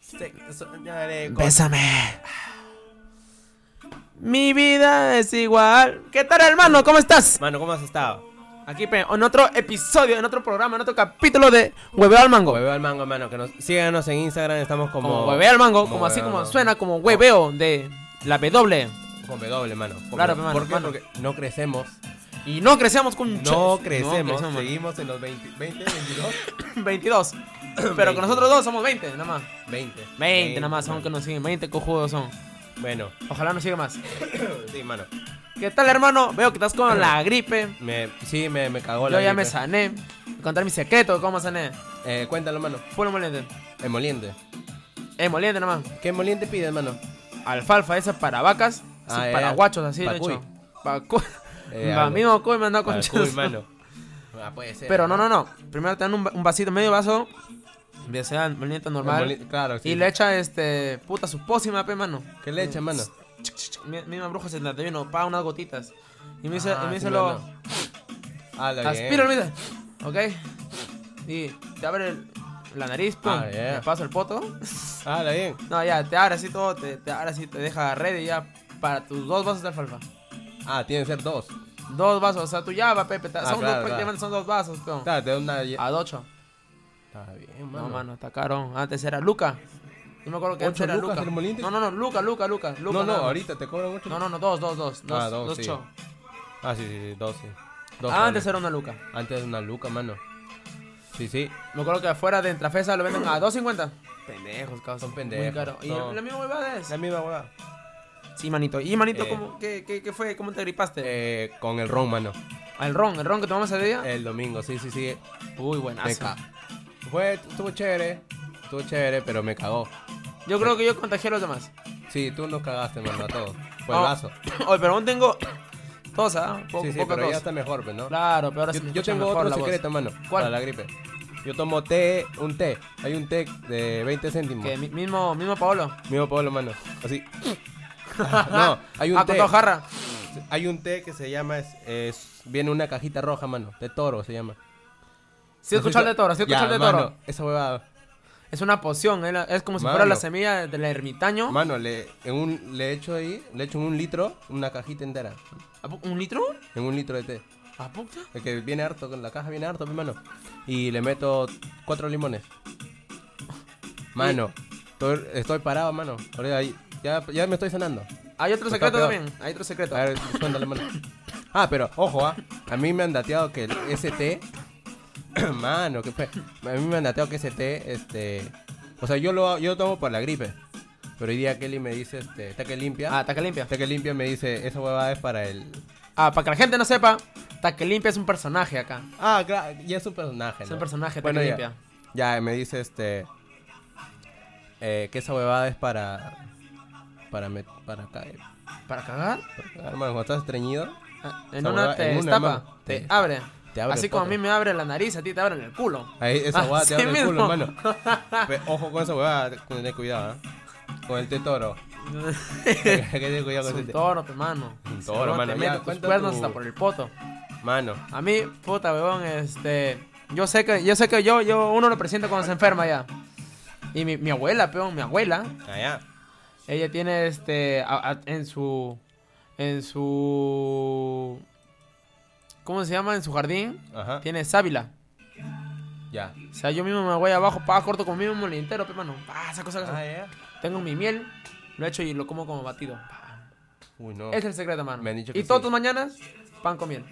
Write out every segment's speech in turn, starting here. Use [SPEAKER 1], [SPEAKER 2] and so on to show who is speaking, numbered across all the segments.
[SPEAKER 1] Se- soñaré con-
[SPEAKER 2] Bésame. Ah. Mi vida es igual. ¿Qué tal, hermano? ¿Cómo estás?
[SPEAKER 1] Mano, ¿cómo has estado?
[SPEAKER 2] Aquí pe, en otro episodio, en otro programa, en otro capítulo de Hueveo al Mango.
[SPEAKER 1] Hueveo al mango, mano. Que nos... Síganos en Instagram, estamos como.
[SPEAKER 2] Como Hueveo al Mango,
[SPEAKER 1] como
[SPEAKER 2] como así
[SPEAKER 1] Hueveo al
[SPEAKER 2] como
[SPEAKER 1] Mango.
[SPEAKER 2] suena, como Hueveo de la W.
[SPEAKER 1] Con W, mano. Con W.
[SPEAKER 2] Claro, pe, mano,
[SPEAKER 1] ¿Por qué?
[SPEAKER 2] mano.
[SPEAKER 1] Porque no crecemos.
[SPEAKER 2] Y no crecemos con
[SPEAKER 1] No
[SPEAKER 2] chos.
[SPEAKER 1] crecemos.
[SPEAKER 2] mano.
[SPEAKER 1] Seguimos en los 20, 20 22.
[SPEAKER 2] 22. Pero
[SPEAKER 1] 20.
[SPEAKER 2] con nosotros dos somos 20, nada más.
[SPEAKER 1] 20.
[SPEAKER 2] 20, nada más, aunque nos siguen. 20 cojudos son.
[SPEAKER 1] Bueno,
[SPEAKER 2] Ojalá nos siga más.
[SPEAKER 1] sí, mano.
[SPEAKER 2] ¿Qué tal, hermano? Veo que estás con la gripe.
[SPEAKER 1] Me, sí, me, me cagó la.
[SPEAKER 2] Yo ya me
[SPEAKER 1] gripe.
[SPEAKER 2] sané. Voy a Contar mi secreto, ¿cómo sané?
[SPEAKER 1] Eh, cuéntalo, mano.
[SPEAKER 2] Full moliente.
[SPEAKER 1] El moliente.
[SPEAKER 2] Eh, moliente nada más.
[SPEAKER 1] ¿Qué moliente pides, mano?
[SPEAKER 2] Alfalfa, esa para vacas.
[SPEAKER 1] Ah,
[SPEAKER 2] así
[SPEAKER 1] ya,
[SPEAKER 2] para
[SPEAKER 1] ya.
[SPEAKER 2] guachos, así,
[SPEAKER 1] Pacuy.
[SPEAKER 2] de hecho. Pacuy.
[SPEAKER 1] Eh,
[SPEAKER 2] Pa'
[SPEAKER 1] algo.
[SPEAKER 2] mí no, cuy me andaba con
[SPEAKER 1] Para
[SPEAKER 2] chus.
[SPEAKER 1] Cuy, mano. Ah, puede ser.
[SPEAKER 2] Pero no, no, no. Primero te dan un, va- un vasito, medio vaso. De seda moliente
[SPEAKER 1] El
[SPEAKER 2] normal.
[SPEAKER 1] moliente- Claro, sí.
[SPEAKER 2] Y le echa este. Puta, su pócima, pe, mano.
[SPEAKER 1] ¿Qué le echa, mano?
[SPEAKER 2] Ch, ch, ch, mi- Misma bruja se la vino, pa, unas gotitas. Y me dice,
[SPEAKER 1] Ah,
[SPEAKER 2] y me
[SPEAKER 1] sí,
[SPEAKER 2] dice lo.
[SPEAKER 1] mano. Ah, la
[SPEAKER 2] Aspiro, me dice. Ok. Y te abre el- la nariz, pum.
[SPEAKER 1] Ah, yeah.
[SPEAKER 2] Le paso el poto.
[SPEAKER 1] Ah, la bien.
[SPEAKER 2] No, ya, te abre así todo, te, te abre así, te deja ready ya para tus dos vasos de alfalfa.
[SPEAKER 1] Ah, tienen que ser dos.
[SPEAKER 2] Dos vasos, o sea, tú ya va, Pepe. te-
[SPEAKER 1] Ah,
[SPEAKER 2] son,
[SPEAKER 1] claro,
[SPEAKER 2] dos, prácticamente son dos vasos, peón.
[SPEAKER 1] Claro, te da una.
[SPEAKER 2] A docho.
[SPEAKER 1] Está bien,
[SPEAKER 2] Ah, No, mano, está caro. Antes era Luca. Yo me acuerdo que antes
[SPEAKER 1] ¿Ocho
[SPEAKER 2] era
[SPEAKER 1] lucas
[SPEAKER 2] Luca.
[SPEAKER 1] el moliente?
[SPEAKER 2] No, no, no, Luca, Luca, Luca. Luca
[SPEAKER 1] No, no,
[SPEAKER 2] nada más.
[SPEAKER 1] ahorita te cobran mucho.
[SPEAKER 2] No, no, no, dos, dos, dos. Dos,
[SPEAKER 1] Ah, dos,
[SPEAKER 2] dos
[SPEAKER 1] sí.
[SPEAKER 2] cho.
[SPEAKER 1] Ah, sí, sí, sí, dos, sí. Dos
[SPEAKER 2] Ah, antes
[SPEAKER 1] soles.
[SPEAKER 2] era una Luca.
[SPEAKER 1] Antes de una luca, mano. Sí, sí.
[SPEAKER 2] Me acuerdo que afuera de Entrafesa lo venden a 2.50. Pendejos, cabrón.
[SPEAKER 1] Son
[SPEAKER 2] muy
[SPEAKER 1] pendejos,
[SPEAKER 2] caro. Y
[SPEAKER 1] no.
[SPEAKER 2] la misma huevada es.
[SPEAKER 1] La misma huevada.
[SPEAKER 2] Sí, manito. Y, manito,
[SPEAKER 1] Eh.
[SPEAKER 2] ¿cómo, qué, qué, qué fue? ¿Cómo te gripaste?
[SPEAKER 1] Eh, con el ron, mano.
[SPEAKER 2] Al ron, el ron que tomamos ese día.
[SPEAKER 1] El domingo, sí, sí, sí.
[SPEAKER 2] Uy,
[SPEAKER 1] Me
[SPEAKER 2] buenazo.
[SPEAKER 1] ca- Fue, estuvo chévere. Estuvo chévere, pero me cagó.
[SPEAKER 2] Yo creo que yo contagié a los demás.
[SPEAKER 1] Sí, tú nos cagaste, mano, a todos. Fue
[SPEAKER 2] Ah.
[SPEAKER 1] el vaso.
[SPEAKER 2] Oye, pero aún tengo tos, ¿ah? Un poco,
[SPEAKER 1] Sí, sí,
[SPEAKER 2] poco
[SPEAKER 1] pero ya
[SPEAKER 2] tos.
[SPEAKER 1] está mejor, pues, ¿no?
[SPEAKER 2] Claro, pero ahora
[SPEAKER 1] Yo,
[SPEAKER 2] sí me
[SPEAKER 1] yo
[SPEAKER 2] escucha
[SPEAKER 1] tengo
[SPEAKER 2] mejor
[SPEAKER 1] otro
[SPEAKER 2] la voz.
[SPEAKER 1] secreto, mano.
[SPEAKER 2] ¿Cuál?
[SPEAKER 1] Para la gripe. Yo tomo té, un té. Hay un té de 20 céntimos.
[SPEAKER 2] Que mi- mismo, mismo Paolo.
[SPEAKER 1] Mismo Pablo, mano. Así. no, hay un
[SPEAKER 2] ah,
[SPEAKER 1] té.
[SPEAKER 2] con dos jarra.
[SPEAKER 1] Hay un té que se llama. Es, es- viene una cajita roja, mano. De toro se llama.
[SPEAKER 2] Sí, escuchar el de toro, sí, escuchar el de toro.
[SPEAKER 1] Mano, esa huevada.
[SPEAKER 2] Es una poción, es, la- es como si
[SPEAKER 1] Mano.
[SPEAKER 2] fuera la semilla del ermitaño.
[SPEAKER 1] Mano, le, en un, le echo ahí, le echo en un litro, una cajita entera.
[SPEAKER 2] ¿A po- ¿Un litro?
[SPEAKER 1] En un litro de té.
[SPEAKER 2] ¿A puta?
[SPEAKER 1] El que viene harto, con la caja viene harto, mi mano. Y le meto cuatro limones. Mano, estoy, estoy parado, mano. Ahorita ahí- ya, ya me estoy sanando.
[SPEAKER 2] Hay otro
[SPEAKER 1] Está
[SPEAKER 2] secreto
[SPEAKER 1] peor.
[SPEAKER 2] también, hay otro secreto.
[SPEAKER 1] A ver, cuéntale, mano. Ah, pero, ojo, ah, a mí me han dateado que el ST. mano, que fue. A mí me han dateado que ST, este. O sea, yo lo, yo lo tomo por la gripe. Pero hoy día Kelly me dice, este, está que limpia.
[SPEAKER 2] Ah, ataque limpia.
[SPEAKER 1] Está que limpia me dice, esa huevada es para el.
[SPEAKER 2] Ah, para que la gente no sepa, Taque Limpia es un personaje acá.
[SPEAKER 1] Ah, claro, ya es un personaje.
[SPEAKER 2] Es
[SPEAKER 1] ¿no?
[SPEAKER 2] un personaje,
[SPEAKER 1] Bueno,
[SPEAKER 2] Taque
[SPEAKER 1] ya.
[SPEAKER 2] Limpia.
[SPEAKER 1] Ya, me dice este. eh, que esa huevada es para. Para. Me, para caer.
[SPEAKER 2] ¿Para cagar?
[SPEAKER 1] Hermano, cuando estás estreñido.
[SPEAKER 2] Ah,
[SPEAKER 1] Esa
[SPEAKER 2] En una
[SPEAKER 1] huevada-
[SPEAKER 2] te
[SPEAKER 1] en una,
[SPEAKER 2] destapa,
[SPEAKER 1] mano.
[SPEAKER 2] te
[SPEAKER 1] Te-
[SPEAKER 2] abre.
[SPEAKER 1] te abre
[SPEAKER 2] Así
[SPEAKER 1] el
[SPEAKER 2] como a
[SPEAKER 1] poto.
[SPEAKER 2] mí me abre la nariz, a ti te abren el culo.
[SPEAKER 1] Ahí, esa huevada te
[SPEAKER 2] Así
[SPEAKER 1] abre el culo,
[SPEAKER 2] Ah, mismo.
[SPEAKER 1] hermano. Pe- ojo con esa huevada, tener cuidado, ¿eh? Con el té toro. Hay que tener cuidado
[SPEAKER 2] Es
[SPEAKER 1] con el
[SPEAKER 2] un
[SPEAKER 1] té.
[SPEAKER 2] toro, pe, mano.
[SPEAKER 1] Un
[SPEAKER 2] Se
[SPEAKER 1] toro,
[SPEAKER 2] luego
[SPEAKER 1] mano,
[SPEAKER 2] Te
[SPEAKER 1] ya,
[SPEAKER 2] mete tus
[SPEAKER 1] cuenta
[SPEAKER 2] cuernos
[SPEAKER 1] tu-
[SPEAKER 2] hasta por el poto.
[SPEAKER 1] Mano,
[SPEAKER 2] A mí, puta, weón, este. Yo sé que, yo sé que yo, yo, uno lo presiente cuando se enferma ya. Y mi, mi abuela, peón, mi abuela,
[SPEAKER 1] allá.
[SPEAKER 2] ella tiene este. a- a- en su. En su. ¿Cómo se llama? En su jardín.
[SPEAKER 1] Ajá.
[SPEAKER 2] Tiene sábila.
[SPEAKER 1] Ya.
[SPEAKER 2] O sea, yo mismo me voy abajo, pa, corto con mi mismo molintero, pe, mano. Pa, saco, saco, saco.
[SPEAKER 1] Ah, ya.
[SPEAKER 2] Tengo mi miel, lo echo y lo como como batido. Pa.
[SPEAKER 1] Uy, no.
[SPEAKER 2] Es el secreto, mano.
[SPEAKER 1] Me han dicho
[SPEAKER 2] y
[SPEAKER 1] que
[SPEAKER 2] todas
[SPEAKER 1] sí.
[SPEAKER 2] tus mañanas, pan con miel.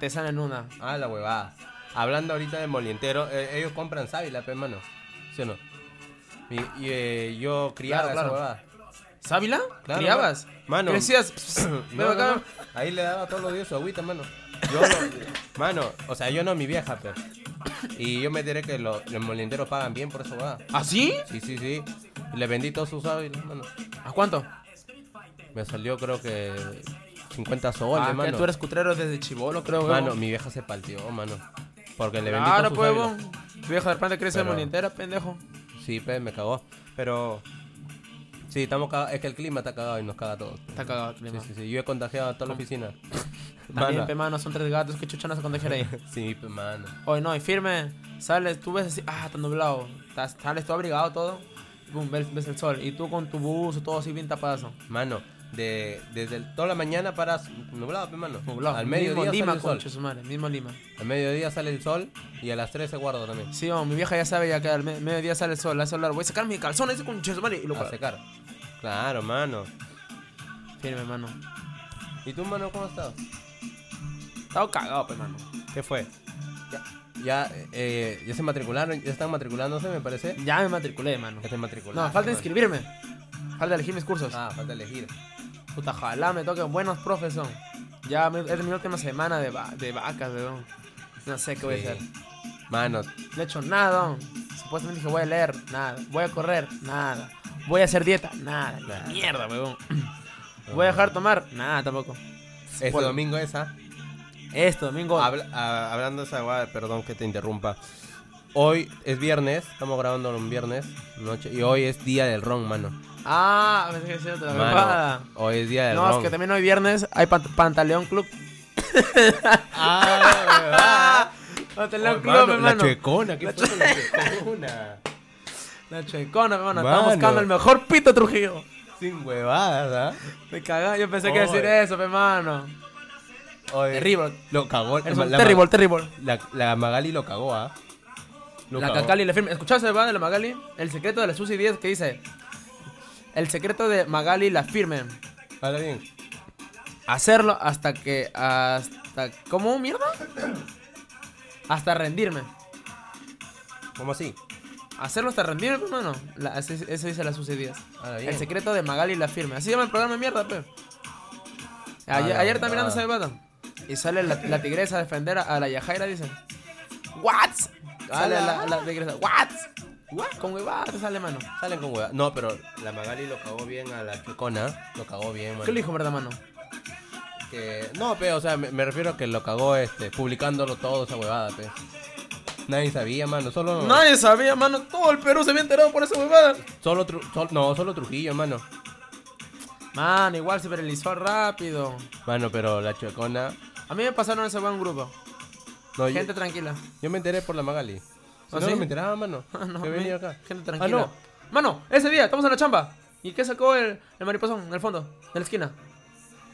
[SPEAKER 2] Te salen una.
[SPEAKER 1] Ah, la huevada. Hablando ahorita de molientero, eh, ellos compran sábila, pe, mano. ¿Sí o no? Y, y, eh, yo criaba
[SPEAKER 2] Claro,
[SPEAKER 1] esa
[SPEAKER 2] claro.
[SPEAKER 1] huevada.
[SPEAKER 2] ¿Sábila?
[SPEAKER 1] Claro,
[SPEAKER 2] ¿Criabas?
[SPEAKER 1] mano.
[SPEAKER 2] Y decías, "Pss,
[SPEAKER 1] No,
[SPEAKER 2] ven
[SPEAKER 1] no,
[SPEAKER 2] acá".
[SPEAKER 1] no. Ahí le daba todos los días su agüita, mano. Yo no- mano, o sea, yo no mi vieja, pero. Y yo me enteré que lo- los molinderos pagan bien por eso va.
[SPEAKER 2] ¿Así?
[SPEAKER 1] Sí, sí, sí. Le vendí todos sus hábiles, mano.
[SPEAKER 2] ¿A cuánto?
[SPEAKER 1] Me salió creo que 50 soles,
[SPEAKER 2] ah, que
[SPEAKER 1] mano.
[SPEAKER 2] tú eres cutrero desde chivolo, creo, huevón.
[SPEAKER 1] Mano, mi vieja se partió, mano. Porque le vendí
[SPEAKER 2] Claro,
[SPEAKER 1] todos
[SPEAKER 2] pues,
[SPEAKER 1] sus
[SPEAKER 2] huevón.
[SPEAKER 1] sábilas.
[SPEAKER 2] Tu vieja de repente crece
[SPEAKER 1] Pero-
[SPEAKER 2] de molintera, pendejo.
[SPEAKER 1] Sí, pues, me cagó. Pero. Sí, estamos cagados. Es que el clima está cagado y nos caga a todos.
[SPEAKER 2] Está cagado el clima.
[SPEAKER 1] Sí, sí, sí. Yo he contagiado a toda la oficina.
[SPEAKER 2] También,
[SPEAKER 1] Mano.
[SPEAKER 2] pe, mano, son tres gatos que chuchanas a contagiar ahí.
[SPEAKER 1] Sí, pues, mano.
[SPEAKER 2] Oye, no, y firme, sales, tú ves así, ah, está nublado, estás- sales todo abrigado todo, pum, ves, ves el sol. Y tú con tu buzo, todo así bien tapadazo.
[SPEAKER 1] Mano, de, desde el- toda la mañana paras nublado, pe, mano.
[SPEAKER 2] Nublado.
[SPEAKER 1] Al mediodía
[SPEAKER 2] mismo
[SPEAKER 1] sale
[SPEAKER 2] Lima,
[SPEAKER 1] el sol.
[SPEAKER 2] concha su madre, mismo Lima.
[SPEAKER 1] Al mediodía sale el sol y a las 3 se guarda también.
[SPEAKER 2] Sí, oh, mi vieja ya sabe ya que al me- mediodía sale el sol, la hace hablar, voy a sacar mi calzón ese concha su madre. Y lo
[SPEAKER 1] A
[SPEAKER 2] para.
[SPEAKER 1] secar. Claro, mano.
[SPEAKER 2] Firme, hermano.
[SPEAKER 1] ¿Y tú, mano, cómo has estado?
[SPEAKER 2] Estaba cagado, pues, mano.
[SPEAKER 1] ¿Qué fue? Ya, ya, eh, ya se matricularon, ya están matriculándose, me parece.
[SPEAKER 2] Ya me matriculé, mano.
[SPEAKER 1] Ya se matricularon.
[SPEAKER 2] No, falta
[SPEAKER 1] mano.
[SPEAKER 2] inscribirme. Falta elegir mis cursos.
[SPEAKER 1] Ah, falta elegir.
[SPEAKER 2] Puta, ojalá me toquen buenos profes, son. Ya me- he tenido la última semana de, va- de vacas, weón. No sé qué voy
[SPEAKER 1] Sí.
[SPEAKER 2] a hacer.
[SPEAKER 1] Mano,
[SPEAKER 2] No he hecho nada, weón. Supuestamente dije voy a leer, nada. Voy a correr, nada. Voy a hacer dieta, nada. Ah. ni
[SPEAKER 1] Nada.
[SPEAKER 2] Mierda, weón. Voy a dejar tomar, nada tampoco.
[SPEAKER 1] este
[SPEAKER 2] Bueno,
[SPEAKER 1] domingo esa.
[SPEAKER 2] Este domingo.
[SPEAKER 1] Habla- a- hablando de esa guada, perdón que te interrumpa. Hoy es viernes, estamos grabando un viernes noche y hoy es día del ron, mano.
[SPEAKER 2] Ah, pensé que decía otra
[SPEAKER 1] Mano,
[SPEAKER 2] huevada.
[SPEAKER 1] hoy es día del
[SPEAKER 2] No,
[SPEAKER 1] ron.
[SPEAKER 2] es que también hoy viernes hay pant- Pantaleón Club.
[SPEAKER 1] Ah,
[SPEAKER 2] Pantaleón
[SPEAKER 1] Oh,
[SPEAKER 2] Club,
[SPEAKER 1] mano, La
[SPEAKER 2] hermano.
[SPEAKER 1] chuecona, ¿qué
[SPEAKER 2] La
[SPEAKER 1] fue con la chuecona?
[SPEAKER 2] La chuecona, hermano. Estamos
[SPEAKER 1] Mano.
[SPEAKER 2] buscando el mejor pito Trujillo.
[SPEAKER 1] Sin huevadas, ¿ah?
[SPEAKER 2] Me cagaba, yo pensé que iba a decir
[SPEAKER 1] Oye.
[SPEAKER 2] eso, hermano.
[SPEAKER 1] Oye,
[SPEAKER 2] Eh, Terrible.
[SPEAKER 1] Lo cagó.
[SPEAKER 2] Es un
[SPEAKER 1] la-
[SPEAKER 2] terrible, terrible.
[SPEAKER 1] La, la Magali lo cagó, ¿ah? Lo
[SPEAKER 2] La
[SPEAKER 1] cagó.
[SPEAKER 2] Cacali, la firme. ¿Escuchaste, verdad, de la Magali? El secreto de la Susi 10 que dice: El secreto de Magali, la firme.
[SPEAKER 1] Habla bien.
[SPEAKER 2] Hacerlo hasta que. hasta ¿Cómo, mierda? Hasta rendirme.
[SPEAKER 1] ¿Cómo así?
[SPEAKER 2] Hacerlo hasta rendirme, pues, mano. La- así- eso dice la Susi 10.
[SPEAKER 1] Habla bien.
[SPEAKER 2] El secreto de Magali la firme. Así llama el programa mierda, pe.
[SPEAKER 1] Ah,
[SPEAKER 2] Ayer,
[SPEAKER 1] la
[SPEAKER 2] ayer también ando
[SPEAKER 1] verdad.
[SPEAKER 2] ese pata. Y sale la, la tigresa a defender a, a la Yajaira, dice. What? Sale la, la tigresa. What?
[SPEAKER 1] What?
[SPEAKER 2] Con huevadas sale, mano.
[SPEAKER 1] Salen con huevadas. No, pero la Magali lo cagó bien a la chuecona. Lo cagó bien, mano.
[SPEAKER 2] ¿Qué le dijo, verdad, mano?
[SPEAKER 1] Que- No, pe, o sea, me, me refiero a que lo cagó este, publicándolo todo esa huevada, pe. Nadie sabía, mano. Solo.
[SPEAKER 2] Nadie sabía, mano. Todo el Perú se había enterado por esa huevada.
[SPEAKER 1] Solo, Tru- sol- no, solo Trujillo, mano.
[SPEAKER 2] Mano, igual se paralizó rápido.
[SPEAKER 1] Mano, pero la chuecona.
[SPEAKER 2] A mí me pasaron ese buen grupo.
[SPEAKER 1] No, yo,
[SPEAKER 2] Gente tranquila.
[SPEAKER 1] yo me enteré por la Magali. Si
[SPEAKER 2] ¿Ah,
[SPEAKER 1] no, no
[SPEAKER 2] sí?
[SPEAKER 1] me enteraba, mano.
[SPEAKER 2] No,
[SPEAKER 1] que
[SPEAKER 2] a mí-
[SPEAKER 1] venía acá.
[SPEAKER 2] Gente
[SPEAKER 1] Ah,
[SPEAKER 2] tranquila.
[SPEAKER 1] no.
[SPEAKER 2] Mano, ese día estamos en la chamba. ¿Y qué sacó el, el mariposón en el fondo? De la esquina.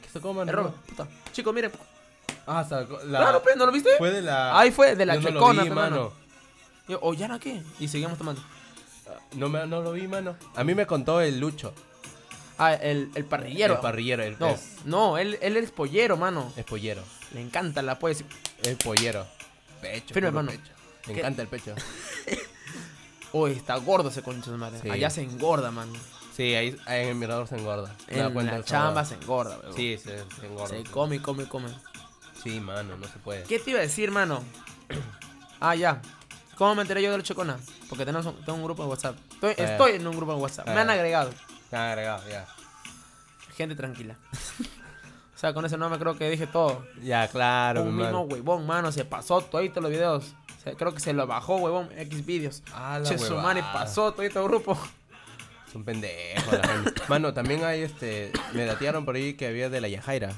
[SPEAKER 1] ¿Qué sacó, mano?
[SPEAKER 2] El robo. Puta. Chico, mire.
[SPEAKER 1] Ah, sacó. La...
[SPEAKER 2] Claro, pero ¿no lo viste?
[SPEAKER 1] Fue de la.
[SPEAKER 2] Ahí fue de la
[SPEAKER 1] Yo no lo
[SPEAKER 2] checona,
[SPEAKER 1] vi,
[SPEAKER 2] pe,
[SPEAKER 1] mano.
[SPEAKER 2] mano. Y yo, ¿O ya no qué? Y seguimos tomando.
[SPEAKER 1] No, me, no lo vi, mano. A mí me contó el Lucho.
[SPEAKER 2] Ah, el, el parrillero.
[SPEAKER 1] El parrillero, el
[SPEAKER 2] No,
[SPEAKER 1] es,
[SPEAKER 2] no, él, él es pollero, mano.
[SPEAKER 1] es pollero.
[SPEAKER 2] Le encanta la poesía.
[SPEAKER 1] Es pollero. Pecho.
[SPEAKER 2] Firme,
[SPEAKER 1] puro
[SPEAKER 2] mano.
[SPEAKER 1] pecho. Me
[SPEAKER 2] ¿Qué?
[SPEAKER 1] encanta el pecho.
[SPEAKER 2] Uy, Oh, está gordo ese concho de madre.
[SPEAKER 1] Sí.
[SPEAKER 2] Allá se engorda, mano.
[SPEAKER 1] Sí, ahí, ahí en el mirador se engorda. Me da
[SPEAKER 2] En
[SPEAKER 1] cuenta
[SPEAKER 2] la
[SPEAKER 1] el
[SPEAKER 2] chamba
[SPEAKER 1] sábado.
[SPEAKER 2] se engorda, weón.
[SPEAKER 1] Sí, se, se engorda.
[SPEAKER 2] Se
[SPEAKER 1] sí.
[SPEAKER 2] come, come, come.
[SPEAKER 1] Sí, mano, no se puede.
[SPEAKER 2] ¿Qué te iba a decir, mano? Ah, ya. ¿Cómo me enteré yo de la chocona? Porque tenemos un, tengo un grupo de WhatsApp. Estoy,
[SPEAKER 1] Ah, ya.
[SPEAKER 2] estoy en un grupo de WhatsApp.
[SPEAKER 1] Ah,
[SPEAKER 2] Me han
[SPEAKER 1] ya.
[SPEAKER 2] agregado.
[SPEAKER 1] Está agregado, ya.
[SPEAKER 2] Gente tranquila. o sea, con ese nombre creo que dije todo.
[SPEAKER 1] Ya, claro,
[SPEAKER 2] un
[SPEAKER 1] mi
[SPEAKER 2] mismo
[SPEAKER 1] mano.
[SPEAKER 2] huevón, mano. Se pasó todito los videos. Se- creo que se lo bajó, huevón. X videos.
[SPEAKER 1] Ah, la
[SPEAKER 2] Che, su
[SPEAKER 1] huevada.
[SPEAKER 2] madre pasó todito el grupo.
[SPEAKER 1] Es un pendejo la gente. Mano, también hay este. Me datearon por ahí que había de la Yajaira.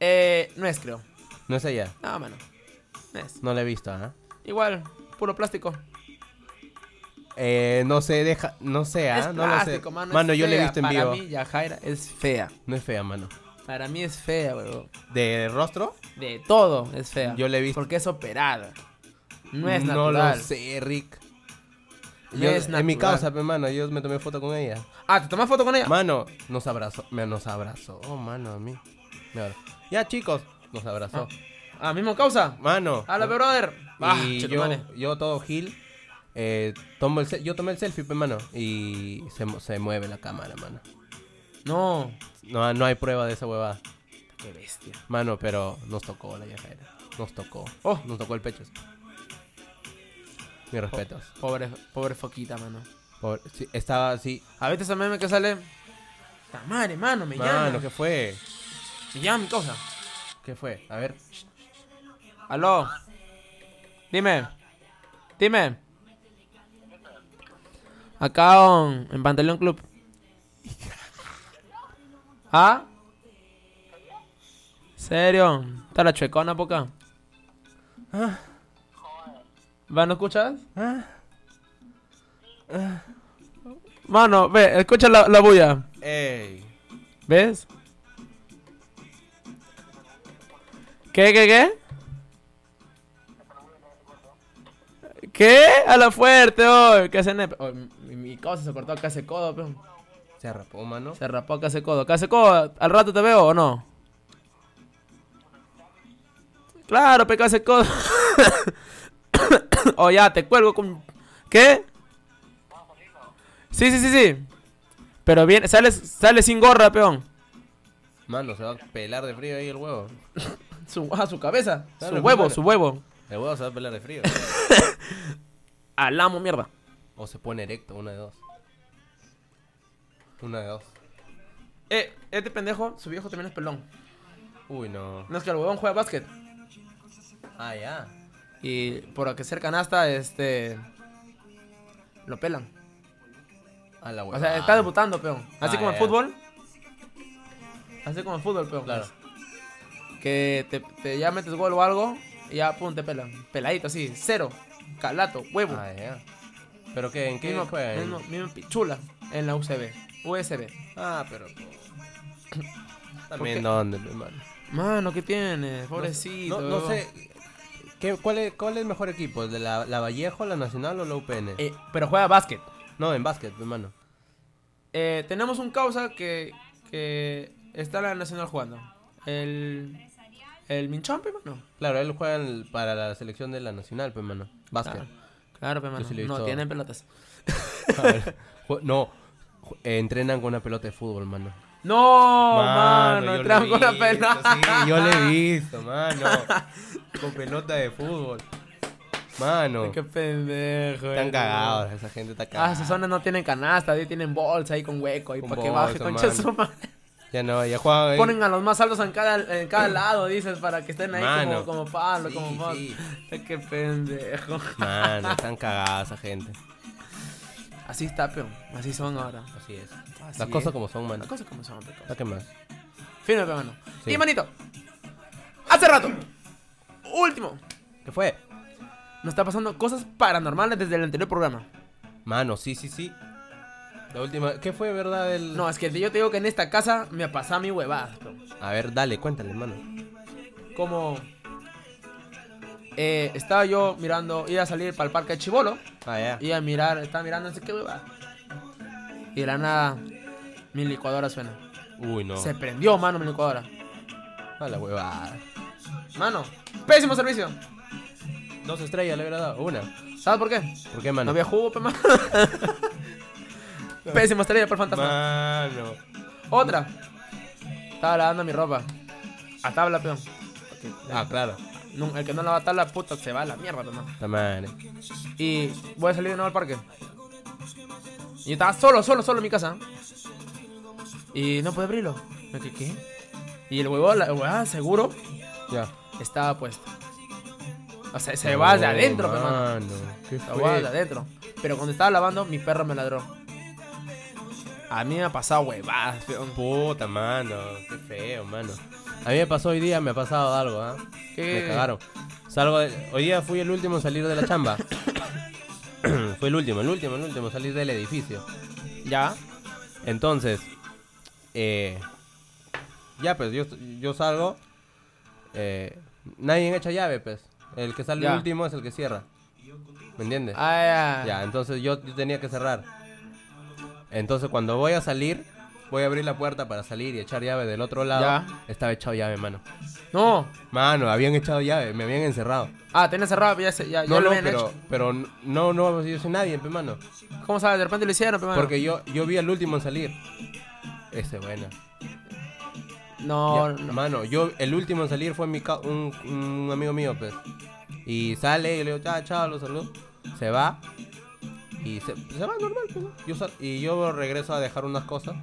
[SPEAKER 2] Eh, no es, creo.
[SPEAKER 1] No es ella.
[SPEAKER 2] No, mano. No es.
[SPEAKER 1] No la he visto, ¿ah?
[SPEAKER 2] Igual, puro plástico.
[SPEAKER 1] Eh, no sé, deja. No sé, ¿ah?
[SPEAKER 2] es
[SPEAKER 1] no lo sé.
[SPEAKER 2] plástico, mano. es
[SPEAKER 1] mano, yo la he
[SPEAKER 2] fea.
[SPEAKER 1] visto en
[SPEAKER 2] Para
[SPEAKER 1] vivo.
[SPEAKER 2] mí, Yajaira es fea.
[SPEAKER 1] No es fea, mano.
[SPEAKER 2] Para mí es fea, huevón.
[SPEAKER 1] ¿De rostro?
[SPEAKER 2] De todo es fea.
[SPEAKER 1] Yo le he visto.
[SPEAKER 2] Porque es operada. No es
[SPEAKER 1] No
[SPEAKER 2] natural.
[SPEAKER 1] lo sé, Rick.
[SPEAKER 2] No
[SPEAKER 1] Yo-
[SPEAKER 2] es
[SPEAKER 1] en mi
[SPEAKER 2] natural.
[SPEAKER 1] causa, pe, mano, yo me tomé foto con ella.
[SPEAKER 2] Ah, ¿te tomas foto con ella?
[SPEAKER 1] Mano, nos abrazó. Me nos abrazó. Oh, mano, a mí. Me abrazó. Ya, chicos, nos abrazó.
[SPEAKER 2] Ah, mismo causa.
[SPEAKER 1] Mano.
[SPEAKER 2] Habla, pe, brother. Ah,
[SPEAKER 1] y
[SPEAKER 2] cheto
[SPEAKER 1] yo,
[SPEAKER 2] madre.
[SPEAKER 1] yo todo gil. eh, tomo el se- yo tomé el selfie, pe, mano. Y se, mu- se mueve la cámara, mano.
[SPEAKER 2] No.
[SPEAKER 1] No, no hay prueba de esa huevada.
[SPEAKER 2] Qué bestia.
[SPEAKER 1] Mano, pero nos tocó la yajaira. Nos tocó.
[SPEAKER 2] Oh.
[SPEAKER 1] Nos tocó el pecho. Mis respetos.
[SPEAKER 2] Pobre, pobre foquita, mano.
[SPEAKER 1] Pobre- sí, estaba así.
[SPEAKER 2] A veces ese meme que sale. La madre, mano, me
[SPEAKER 1] Mano,
[SPEAKER 2] llama.
[SPEAKER 1] ¿qué fue?
[SPEAKER 2] Me llama mi causa.
[SPEAKER 1] ¿Qué fue? A ver.
[SPEAKER 2] Aló. Dime. Dime. Acá en, en Pantaleón Club. ¿Ah? ¿Serio? ¿Está la chuecona, poca?
[SPEAKER 1] Ah.
[SPEAKER 2] Ah. ¿Va, no escuchas?
[SPEAKER 1] Ah.
[SPEAKER 2] Mano, ve, escucha la, la bulla.
[SPEAKER 1] Ey.
[SPEAKER 2] ¿Ves? ¿Qué, qué, qué? ¿Qué? A la fuerte hoy. ¿Qué hace nepe? Oh, mi, mi cosa se cortó acá ese codo, peón.
[SPEAKER 1] Se rapó, mano.
[SPEAKER 2] Se rapó acá ese codo. Acá ese codo, al rato te veo o no? Claro, pe, acá ese codo. oh, ya, te cuelgo con. ¿Qué? Sí, sí, sí, sí. Pero bien, sales, sales sin gorra, peón.
[SPEAKER 1] Mano, se va a pelar de frío ahí el huevo.
[SPEAKER 2] Su, ah, su cabeza.
[SPEAKER 1] Claro,
[SPEAKER 2] su huevo,
[SPEAKER 1] claro.
[SPEAKER 2] su huevo.
[SPEAKER 1] El huevo se va a pelar de frío.
[SPEAKER 2] Al amo, mierda.
[SPEAKER 1] o se pone erecto, una de dos. Una de dos.
[SPEAKER 2] Eh, este pendejo, su viejo también es pelón.
[SPEAKER 1] Uy, no.
[SPEAKER 2] No es que el huevón juega básquet.
[SPEAKER 1] Ah, ya.
[SPEAKER 2] Y por hacer canasta, este. Lo pelan.
[SPEAKER 1] A la
[SPEAKER 2] O
[SPEAKER 1] huevada.
[SPEAKER 2] sea, está debutando, peón. Así
[SPEAKER 1] Ah,
[SPEAKER 2] como en
[SPEAKER 1] ya.
[SPEAKER 2] fútbol. Así como en fútbol, peón.
[SPEAKER 1] Claro.
[SPEAKER 2] Que te, te ya metes gol o algo y ya, pum, te pelan. Peladito, así. Cero. Calato, huevo.
[SPEAKER 1] Ah, ya. ¿Pero qué? ¿En qué
[SPEAKER 2] mismo,
[SPEAKER 1] juega? ¿En-
[SPEAKER 2] mismo, mismo pichula en la UCB. USB.
[SPEAKER 1] Ah, pero. pues,
[SPEAKER 2] ¿Por qué?
[SPEAKER 1] También dónde, mi hermano.
[SPEAKER 2] Mano, ¿qué tienes? Pobrecito.
[SPEAKER 1] No, no
[SPEAKER 2] huevón.
[SPEAKER 1] sé. ¿qué- cuál, es, ¿Cuál es el mejor equipo? ¿El de la, la Vallejo, la Nacional o la UPN?
[SPEAKER 2] Eh, pero juega básquet.
[SPEAKER 1] No, en básquet, pues, mi hermano.
[SPEAKER 2] Eh, tenemos un causa que, que está la Nacional jugando. El. El Minchón, pe, mano.
[SPEAKER 1] Claro, él juega en- para la selección de la Nacional, pues, mano. Básquet.
[SPEAKER 2] Claro, claro pe, mano.
[SPEAKER 1] sí lo he
[SPEAKER 2] no,
[SPEAKER 1] visto.
[SPEAKER 2] tienen pelotas.
[SPEAKER 1] A ver, ju- no, ju- eh, entrenan con una pelota de fútbol, mano.
[SPEAKER 2] No, mano,
[SPEAKER 1] yo
[SPEAKER 2] entramos
[SPEAKER 1] lo
[SPEAKER 2] con
[SPEAKER 1] he
[SPEAKER 2] la
[SPEAKER 1] visto,
[SPEAKER 2] pelota.
[SPEAKER 1] sí, yo le he visto, mano. Con pelota de fútbol. Mano,
[SPEAKER 2] Qué pendejo.
[SPEAKER 1] están
[SPEAKER 2] eh,
[SPEAKER 1] cagados, esa gente está
[SPEAKER 2] no. Ah, sus
[SPEAKER 1] cagada.
[SPEAKER 2] zonas no tienen canasta, ahí tienen bolsa ahí con hueco, ahí
[SPEAKER 1] Con
[SPEAKER 2] para que baje,
[SPEAKER 1] bolsa,
[SPEAKER 2] concha
[SPEAKER 1] mano.
[SPEAKER 2] su madre.
[SPEAKER 1] Ya no, ya juegan ahí.
[SPEAKER 2] Ponen a los más altos en cada, en cada lado, dices, para que estén ahí
[SPEAKER 1] Mano.
[SPEAKER 2] como, como palo,
[SPEAKER 1] Sí,
[SPEAKER 2] como palo.
[SPEAKER 1] sí.
[SPEAKER 2] Qué pendejo.
[SPEAKER 1] Mano, están cagadas esa gente.
[SPEAKER 2] Así está, peón. Así son ahora.
[SPEAKER 1] Así es.
[SPEAKER 2] Así
[SPEAKER 1] Las
[SPEAKER 2] es.
[SPEAKER 1] cosas como son, mano.
[SPEAKER 2] Las cosas como son, pe, cosas.
[SPEAKER 1] ¿A qué más?
[SPEAKER 2] Firme, pe, mano.
[SPEAKER 1] Sí.
[SPEAKER 2] Y manito. Hace rato. Último.
[SPEAKER 1] ¿Qué fue?
[SPEAKER 2] Nos está pasando cosas paranormales desde el anterior programa.
[SPEAKER 1] Mano, sí, sí, sí. La última, ¿qué fue, verdad? El...
[SPEAKER 2] No, es que yo te digo que en esta casa me ha pasado mi huevada. peón.
[SPEAKER 1] A ver, dale, cuéntale, mano.
[SPEAKER 2] Como. eh, estaba yo mirando, iba a salir para el parque de Chibolo.
[SPEAKER 1] Ah, ya.
[SPEAKER 2] Iba a mirar, estaba mirando, no sé qué huevada. Y de la nada, mi licuadora suena.
[SPEAKER 1] Uy, no.
[SPEAKER 2] Se prendió, mano, mi licuadora.
[SPEAKER 1] A la huevada.
[SPEAKER 2] Mano, pésimo servicio.
[SPEAKER 1] Dos estrellas le hubiera dado. Una.
[SPEAKER 2] ¿Sabes por qué?
[SPEAKER 1] ¿Por qué,
[SPEAKER 2] No
[SPEAKER 1] mano?
[SPEAKER 2] había jugo, pe, mano. Pésimo estrella por fantasma.
[SPEAKER 1] Mano.
[SPEAKER 2] Otra. Estaba lavando mi ropa. A tabla, peón. Porque
[SPEAKER 1] Ah, claro.
[SPEAKER 2] no- El que no lava tabla, puta, se va a la mierda, pe, mano.
[SPEAKER 1] La madre.
[SPEAKER 2] Y voy a salir de nuevo al parque. Y yo estaba solo, solo, solo en mi casa. Y no pude abrirlo. Me quedé, ¿qué? Y el huevo, la huevada, seguro,
[SPEAKER 1] Ya.
[SPEAKER 2] estaba puesto. O sea, se va de
[SPEAKER 1] No,
[SPEAKER 2] adentro, pe, mano.
[SPEAKER 1] ¿Qué
[SPEAKER 2] La huevada de
[SPEAKER 1] fue?
[SPEAKER 2] adentro. Pero cuando estaba lavando, mi perro me ladró. A mí me ha pasado huevadas, peón.
[SPEAKER 1] Puta, mano. Qué feo, mano. A mí me pasó hoy día, me ha pasado algo, ¿ah?
[SPEAKER 2] ¿Qué?
[SPEAKER 1] Me cagaron. Salgo de- Hoy día fui el último en salir de la chamba. fui el último, el último, el último en salir del edificio.
[SPEAKER 2] ¿Ya?
[SPEAKER 1] Entonces, eh, ya pues, yo, yo salgo. eh, nadie echa llave, pues. El que sale
[SPEAKER 2] Ya.
[SPEAKER 1] último es el que cierra. ¿Me entiendes?
[SPEAKER 2] Ah, ya.
[SPEAKER 1] Ya, entonces yo, yo tenía que cerrar. Entonces cuando voy a salir, voy a abrir la puerta para salir y echar llave del otro lado.
[SPEAKER 2] Ya.
[SPEAKER 1] Estaba echado llave, mano.
[SPEAKER 2] No.
[SPEAKER 1] Mano, habían echado llave, me habían encerrado.
[SPEAKER 2] Ah, tenés cerrado, ya, se- ya, ya
[SPEAKER 1] No,
[SPEAKER 2] lo
[SPEAKER 1] no,
[SPEAKER 2] habían
[SPEAKER 1] pero,
[SPEAKER 2] hecho.
[SPEAKER 1] pero no, no, yo soy nadie, pe, mano.
[SPEAKER 2] ¿Cómo sabes? De repente lo hicieron, pero bueno.
[SPEAKER 1] Porque yo, yo vi al último en salir. Ese, bueno.
[SPEAKER 2] No,
[SPEAKER 1] Ya,
[SPEAKER 2] no.
[SPEAKER 1] Mano, yo, el último en salir fue mi ca- un, un amigo mío, pues. Y sale, yo le digo, chao, chao, lo saludo. Se va. Y se, se va normal, pues, ¿no? Yo sal- y yo regreso a dejar unas cosas.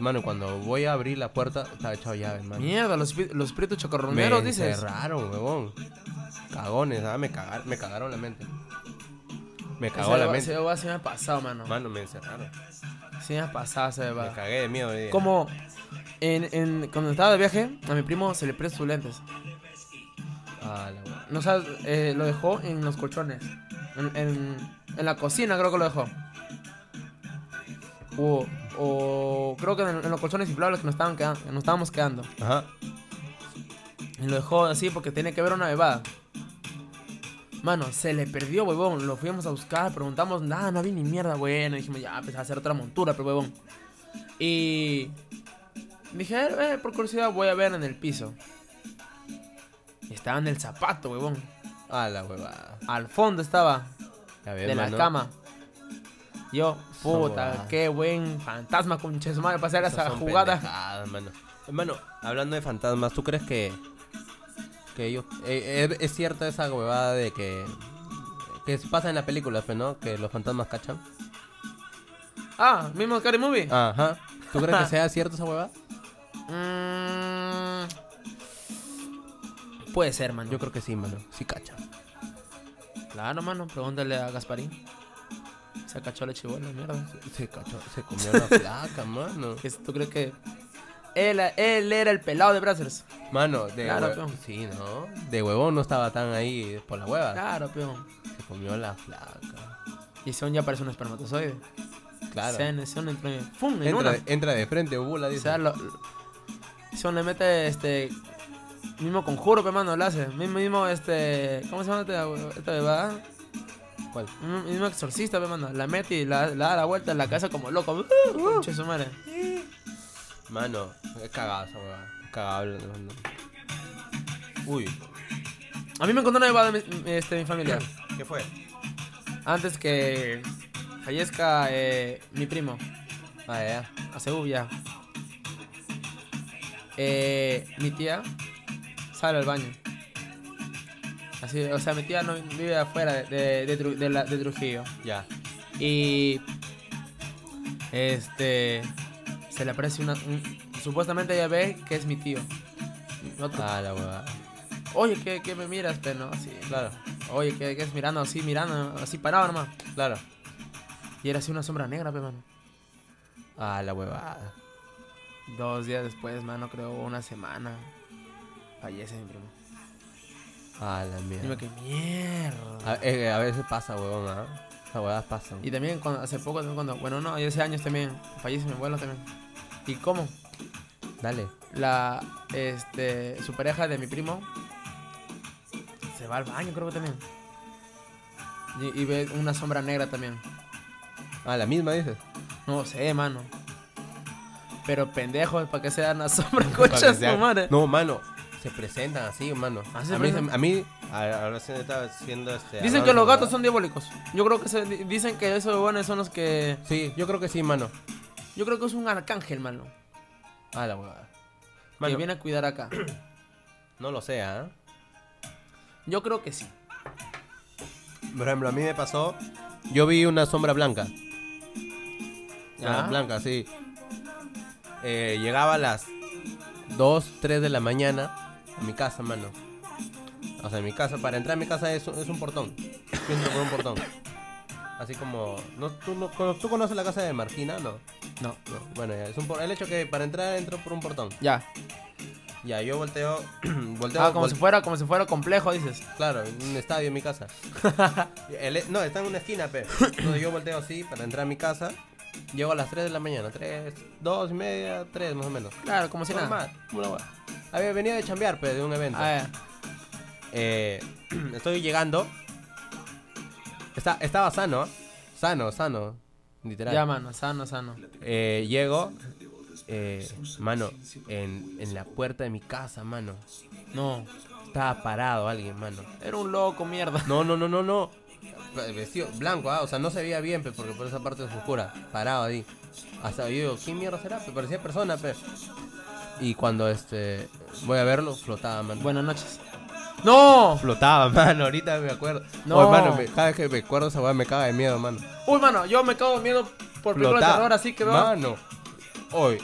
[SPEAKER 1] Mano, cuando voy a abrir la puerta, estaba echado llave, mano.
[SPEAKER 2] Mierda, los, espi- los espíritus
[SPEAKER 1] me
[SPEAKER 2] chocorroneros, dices.
[SPEAKER 1] encerraron, huevón. Cagones, ah, me, cagar- me cagaron la mente. Me
[SPEAKER 2] Ese
[SPEAKER 1] cagó la
[SPEAKER 2] hueva-
[SPEAKER 1] mente.
[SPEAKER 2] ese hueva sí me ha pasado, mano.
[SPEAKER 1] Mano, me encerraron.
[SPEAKER 2] Sí me ha pasado ese
[SPEAKER 1] Me
[SPEAKER 2] hueva.
[SPEAKER 1] cagué de miedo. eh.
[SPEAKER 2] Como en, en, cuando estaba de viaje, a mi primo se le prestó sus lentes.
[SPEAKER 1] Ah, la hue-
[SPEAKER 2] No sabes, eh, lo dejó en los colchones. En, en, en la cocina creo que lo dejó. O, o creo que en, en los colchones inflables que nos, estaban quedan- nos estábamos quedando.
[SPEAKER 1] Ajá.
[SPEAKER 2] Y lo dejó así porque tenía que ver una bebada. Mano, se le perdió, huevón. Lo fuimos a buscar, preguntamos, nada, no había ni mierda, bueno. Dijimos, ya, pues a hacer otra montura, pero huevón. Y dije, "A ver, eh, por curiosidad voy a ver en el piso. Y Estaba en el zapato, huevón.
[SPEAKER 1] A la huevada.
[SPEAKER 2] Al fondo estaba,
[SPEAKER 1] A ver,
[SPEAKER 2] de la
[SPEAKER 1] mano.
[SPEAKER 2] cama. Yo, puta,
[SPEAKER 1] huevadas.
[SPEAKER 2] qué buen fantasma, concha de su madre, pasar
[SPEAKER 1] Esas
[SPEAKER 2] esa
[SPEAKER 1] son
[SPEAKER 2] jugada.
[SPEAKER 1] pendejadas, Hermano. hermano, hablando de fantasmas, ¿tú crees que, que ellos... eh, eh, es cierta esa huevada de que... Que se pasa en la película, pues, ¿no? Que los fantasmas cachan.
[SPEAKER 2] Ah, mismo Scary Movie.
[SPEAKER 1] Ajá. ¿Tú crees que sea cierto esa huevada?
[SPEAKER 2] Mm. Puede ser, mano.
[SPEAKER 1] Yo creo que sí, mano. Sí cachan.
[SPEAKER 2] Claro, mano. Pregúntale a Gasparín. Se cachó la chivola, mierda.
[SPEAKER 1] Se cachó, se comió una placa, mano.
[SPEAKER 2] Que si ¿Tú crees que él, él era el pelado de Brazzers?
[SPEAKER 1] Mano, de
[SPEAKER 2] Claro,
[SPEAKER 1] hue-
[SPEAKER 2] peón.
[SPEAKER 1] Sí, ¿no? De huevón no estaba tan ahí por la hueva.
[SPEAKER 2] Claro, peón.
[SPEAKER 1] Se comió la placa.
[SPEAKER 2] Y Son ya parece un espermatozoide.
[SPEAKER 1] Claro.
[SPEAKER 2] Son, Son entró en... ¡Fum! En
[SPEAKER 1] entra,
[SPEAKER 2] una.
[SPEAKER 1] de- entra de frente, bula,
[SPEAKER 2] O
[SPEAKER 1] dice.
[SPEAKER 2] sea, lo, lo- Son le mete este... Mismo conjuro, pe, mano, lo hace. Mismo, mismo, este... ¿Cómo se llama esta, esta bebada?
[SPEAKER 1] ¿Cuál?
[SPEAKER 2] Mismo, mismo exorcista, pe, mano. La mete y la, la da la vuelta en la casa como loco. Concha de su madre.
[SPEAKER 1] Mano, es cagado esa huevada. Es cagado. no, no. Uy.
[SPEAKER 2] A mí me encontró una bebada mi, este, mi familia.
[SPEAKER 1] ¿Qué fue?
[SPEAKER 2] Antes que fallezca eh, mi primo,
[SPEAKER 1] Ah, ya.
[SPEAKER 2] a Seúl ya. Eh, mi tía sale al baño. Así, o sea, mi tía no vive afuera de, de- de Tru- de la- de Trujillo.
[SPEAKER 1] Ya.
[SPEAKER 2] Y. Este. Se le aparece una. un- supuestamente ella ve que es mi tío. Otro.
[SPEAKER 1] Ah, la huevada.
[SPEAKER 2] Oye, ¿qué, qué me miras? Pero no, así.
[SPEAKER 1] Claro,
[SPEAKER 2] Oye, ¿qué, qué es mirando? Así, mirando, así parado, hermano.
[SPEAKER 1] claro.
[SPEAKER 2] Y era así una sombra negra, pe, mano.
[SPEAKER 1] Ah, la huevada.
[SPEAKER 2] Dos días después, mano, creo, una semana. Fallece mi primo.
[SPEAKER 1] Ah, la mierda.
[SPEAKER 2] Dime que mierda.
[SPEAKER 1] A, eh, a veces pasa, huevón, ¿ah? Esas huevadas pasan.
[SPEAKER 2] Y también cuando, hace poco, también cuando, bueno, no, hace años también, fallece mi abuelo también. ¿Y cómo?
[SPEAKER 1] Dale.
[SPEAKER 2] La, este, su pareja de mi primo se va al baño, creo que también. Y, y ve una sombra negra también.
[SPEAKER 1] Ah, la misma dices.
[SPEAKER 2] No sé, mano. Pero pendejos, ¿para qué se dan las sombras,
[SPEAKER 1] Para
[SPEAKER 2] concha
[SPEAKER 1] que
[SPEAKER 2] su
[SPEAKER 1] sea-
[SPEAKER 2] madre?
[SPEAKER 1] No, mano. Se presentan así, mano.
[SPEAKER 2] Ah, se
[SPEAKER 1] a, mí,
[SPEAKER 2] presentan.
[SPEAKER 1] se- a mí. a- Ahora se me estaba haciendo este.
[SPEAKER 2] Dicen
[SPEAKER 1] hablando
[SPEAKER 2] que
[SPEAKER 1] de
[SPEAKER 2] los
[SPEAKER 1] huevadas.
[SPEAKER 2] gatos son diabólicos. Yo creo que se- di- dicen que esos huevones son los que.
[SPEAKER 1] Sí, yo creo que sí, mano.
[SPEAKER 2] Yo creo que es un arcángel, mano.
[SPEAKER 1] Ah, la huevada.
[SPEAKER 2] Que
[SPEAKER 1] Mano,
[SPEAKER 2] viene a cuidar acá.
[SPEAKER 1] no lo sé, ¿ah?
[SPEAKER 2] Yo creo que sí.
[SPEAKER 1] Por ejemplo, a mí me pasó. Yo vi una sombra blanca.
[SPEAKER 2] Ya.
[SPEAKER 1] Ah, blanca, sí. Eh, llegaba a las 2, 3 de la mañana a mi casa, mano. O sea, en mi casa, para entrar a mi casa es, un- es un portón. Yo entro por un portón. Así como. No, tú, no- cono- ¿Tú conoces la casa de Martina? No.
[SPEAKER 2] No.
[SPEAKER 1] No. Bueno, ya, es un por- el hecho que para entrar entro por un portón.
[SPEAKER 2] Ya.
[SPEAKER 1] Ya, yo volteo. volteo
[SPEAKER 2] Ah, como
[SPEAKER 1] vol-
[SPEAKER 2] si fuera, como si fuera complejo, dices.
[SPEAKER 1] Claro, en un estadio en mi casa. El- no, está en una esquina, pe. Entonces yo volteo así para entrar a mi casa. Llego a las 3 de la mañana, 3, 2 y media, 3 más o menos.
[SPEAKER 2] Claro, como si nada.
[SPEAKER 1] Normal, una hua- Había venido de chambear, pe, de un evento.
[SPEAKER 2] Ah, ya.
[SPEAKER 1] Eh, estoy llegando. Está, estaba sano, ¿ah? sano, sano, literal.
[SPEAKER 2] ya, mano, sano, sano.
[SPEAKER 1] Eh, llego, eh, mano, en, en la puerta de mi casa, mano.
[SPEAKER 2] No.
[SPEAKER 1] Estaba parado alguien, mano.
[SPEAKER 2] Era un loco, mierda.
[SPEAKER 1] No, no, no, no, no. Vestido blanco, ah, o sea, no se veía bien, pe, porque por esa parte es oscura. Parado ahí. Hasta yo digo, ¿quién mierda será? Pe? Parecía persona, pe. Y cuando este voy a verlo, flotaba, mano.
[SPEAKER 2] Buenas noches. ¡No!
[SPEAKER 1] Flotaba, mano, ahorita me acuerdo.
[SPEAKER 2] No.
[SPEAKER 1] No, hermano, cada vez que me acuerdo esa weá me caga de miedo, mano.
[SPEAKER 2] Uy, mano, yo me cago de miedo por películas de
[SPEAKER 1] Flotaba.
[SPEAKER 2] terror, así que veo.
[SPEAKER 1] Mano, hoy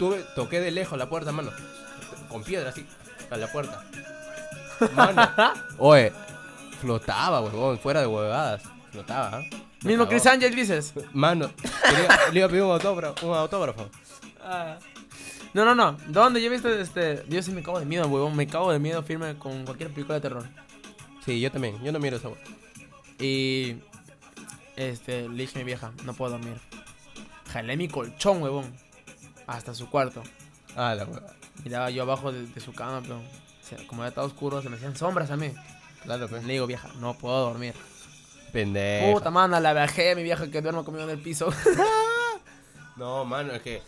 [SPEAKER 1] tuve, toqué de lejos la puerta, mano. Con piedra así, a la puerta. Mano, oye, flotaba, huevón, fuera de huevadas. Flotaba, ¿eh? Me
[SPEAKER 2] Mismo
[SPEAKER 1] cagó.
[SPEAKER 2] Chris Angel dices.
[SPEAKER 1] Mano, quería- le iba a pedir un autógrafo. Un autógrafo.
[SPEAKER 2] Ah. No, no, no. ¿Dónde? Yo viste este. Yo sí me cago de miedo, huevón. Me cago de miedo firme con cualquier película de terror.
[SPEAKER 1] Sí, yo también, yo no miro esa hueá.
[SPEAKER 2] Y. Este, le dije a mi vieja, no puedo dormir. Jalé mi colchón, huevón. Hasta su cuarto.
[SPEAKER 1] Ah, la hueva.
[SPEAKER 2] Miraba yo abajo de, de su cama, pero o sea, como ya estaba oscuro, se me hacían sombras a mí.
[SPEAKER 1] Claro, pues.
[SPEAKER 2] Le digo, vieja, no puedo dormir.
[SPEAKER 1] Pendejo.
[SPEAKER 2] Puta, mano, la bajé, mi vieja que duerme conmigo en el piso.
[SPEAKER 1] No, mano, es que.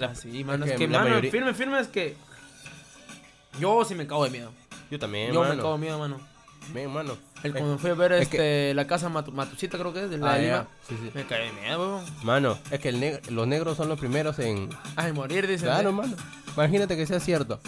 [SPEAKER 2] Así, mano, es
[SPEAKER 1] que
[SPEAKER 2] que,
[SPEAKER 1] la
[SPEAKER 2] mano,
[SPEAKER 1] mayoría-
[SPEAKER 2] firme, firme, es que... Yo sí me cago de miedo.
[SPEAKER 1] Yo también,
[SPEAKER 2] yo
[SPEAKER 1] mano.
[SPEAKER 2] me cago de miedo, mano.
[SPEAKER 1] Ven, mano. Eh,
[SPEAKER 2] El, cuando fui a ver
[SPEAKER 1] es
[SPEAKER 2] este, la casa Matu- Matuchita, creo que es, de la
[SPEAKER 1] ah,
[SPEAKER 2] de
[SPEAKER 1] ya.
[SPEAKER 2] Lima,
[SPEAKER 1] Sí, sí.
[SPEAKER 2] me caí de miedo, huevón.
[SPEAKER 1] Mano, es que el neg- los negros son los primeros en.
[SPEAKER 2] Ay, morir, dicen.
[SPEAKER 1] Claro,
[SPEAKER 2] ¿eh?
[SPEAKER 1] mano. Imagínate que sea cierto.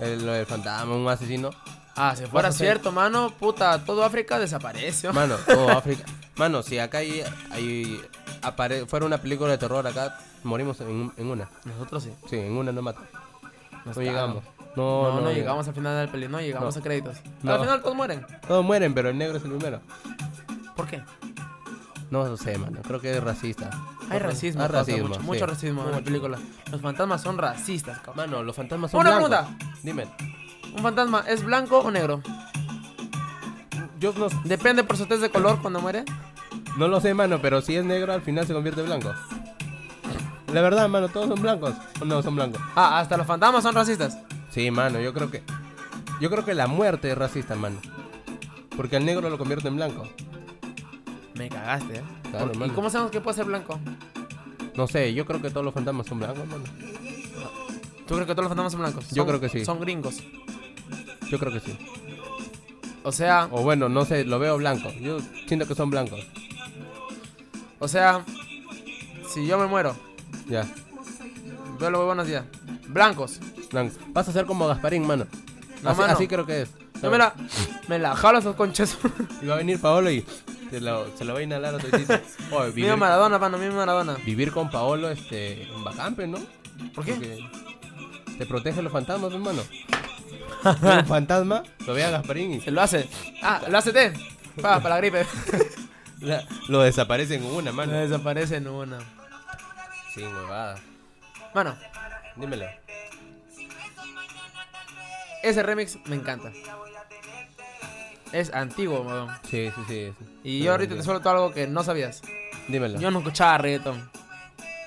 [SPEAKER 1] El, lo del fantasma, un asesino.
[SPEAKER 2] Ah, si fuera
[SPEAKER 1] Vas a ser-
[SPEAKER 2] cierto, mano, puta, todo África desaparece.
[SPEAKER 1] Mano, todo África. Mano, si acá hay, hay- apare- fuera una película de terror acá, morimos en, un- en una.
[SPEAKER 2] Nosotros sí.
[SPEAKER 1] Sí, en una no mata. No
[SPEAKER 2] Nos
[SPEAKER 1] llegamos.
[SPEAKER 2] cagamos.
[SPEAKER 1] No,
[SPEAKER 2] No, no, llegamos al final del peli, no llegamos
[SPEAKER 1] No.
[SPEAKER 2] a créditos.
[SPEAKER 1] No.
[SPEAKER 2] Al final todos mueren.
[SPEAKER 1] Todos mueren, pero el negro es el primero.
[SPEAKER 2] ¿Por qué?
[SPEAKER 1] No lo sé, mano. Creo que es racista.
[SPEAKER 2] Hay racismo,
[SPEAKER 1] Hay
[SPEAKER 2] causa,
[SPEAKER 1] racismo.
[SPEAKER 2] mucho,
[SPEAKER 1] sí.
[SPEAKER 2] mucho racismo en la película. Los fantasmas son racistas, cabrón.
[SPEAKER 1] Mano, los fantasmas son
[SPEAKER 2] Una
[SPEAKER 1] blancos. Dime.
[SPEAKER 2] ¿Un fantasma es blanco o negro?
[SPEAKER 1] Yo no,
[SPEAKER 2] Depende por su test de color cuando muere.
[SPEAKER 1] no lo sé, mano, pero si es negro al final se convierte en blanco. La verdad, mano, todos son blancos. No, son blancos.
[SPEAKER 2] Ah, hasta los fantasmas son racistas.
[SPEAKER 1] Sí, mano, yo creo que. Yo creo que la muerte es racista, mano. Porque al negro lo convierte en blanco.
[SPEAKER 2] Me cagaste, ¿eh?
[SPEAKER 1] Claro,
[SPEAKER 2] ¿Por- ¿Y
[SPEAKER 1] mano.
[SPEAKER 2] cómo sabemos que puede ser blanco?
[SPEAKER 1] No sé, yo creo que todos los fantasmas son blancos, mano.
[SPEAKER 2] ¿Tú crees que todos los fantasmas son blancos?
[SPEAKER 1] Yo
[SPEAKER 2] Son-
[SPEAKER 1] creo que sí.
[SPEAKER 2] Son gringos.
[SPEAKER 1] Yo creo que sí.
[SPEAKER 2] O sea,
[SPEAKER 1] O bueno, no sé, lo veo blanco. Yo siento que son blancos.
[SPEAKER 2] o sea, si yo me muero,
[SPEAKER 1] Ya,
[SPEAKER 2] veo los buenos días. Blancos.
[SPEAKER 1] blancos. Vas a ser como Gasparín, mano.
[SPEAKER 2] No,
[SPEAKER 1] así,
[SPEAKER 2] mano.
[SPEAKER 1] así creo que es.
[SPEAKER 2] Yo me la, me la jalo a esos conches.
[SPEAKER 1] Y va a venir Paolo y te lo- se lo va a inhalar a todito. Oye, vivir,
[SPEAKER 2] Mira Maradona, mano, mira Maradona.
[SPEAKER 1] vivir con Paolo, este, un bacampe, ¿no?
[SPEAKER 2] ¿Por qué?
[SPEAKER 1] Porque te protege los fantasmas, hermano. Ve un fantasma, lo ve a Gasparín y
[SPEAKER 2] Se lo hace. Ah, lo hace té. Pa, para la gripe.
[SPEAKER 1] la- lo desaparecen con una
[SPEAKER 2] No
[SPEAKER 1] mano.
[SPEAKER 2] desaparece en una.
[SPEAKER 1] Sí, huevada.
[SPEAKER 2] Mano,
[SPEAKER 1] Dímelo.
[SPEAKER 2] ese remix me encanta. Es antiguo, weón.
[SPEAKER 1] Sí, sí, sí. sí.
[SPEAKER 2] Y
[SPEAKER 1] Sí,
[SPEAKER 2] yo ahorita
[SPEAKER 1] sí.
[SPEAKER 2] te suelto algo que no sabías.
[SPEAKER 1] Dímelo.
[SPEAKER 2] Yo no escuchaba reggaetón.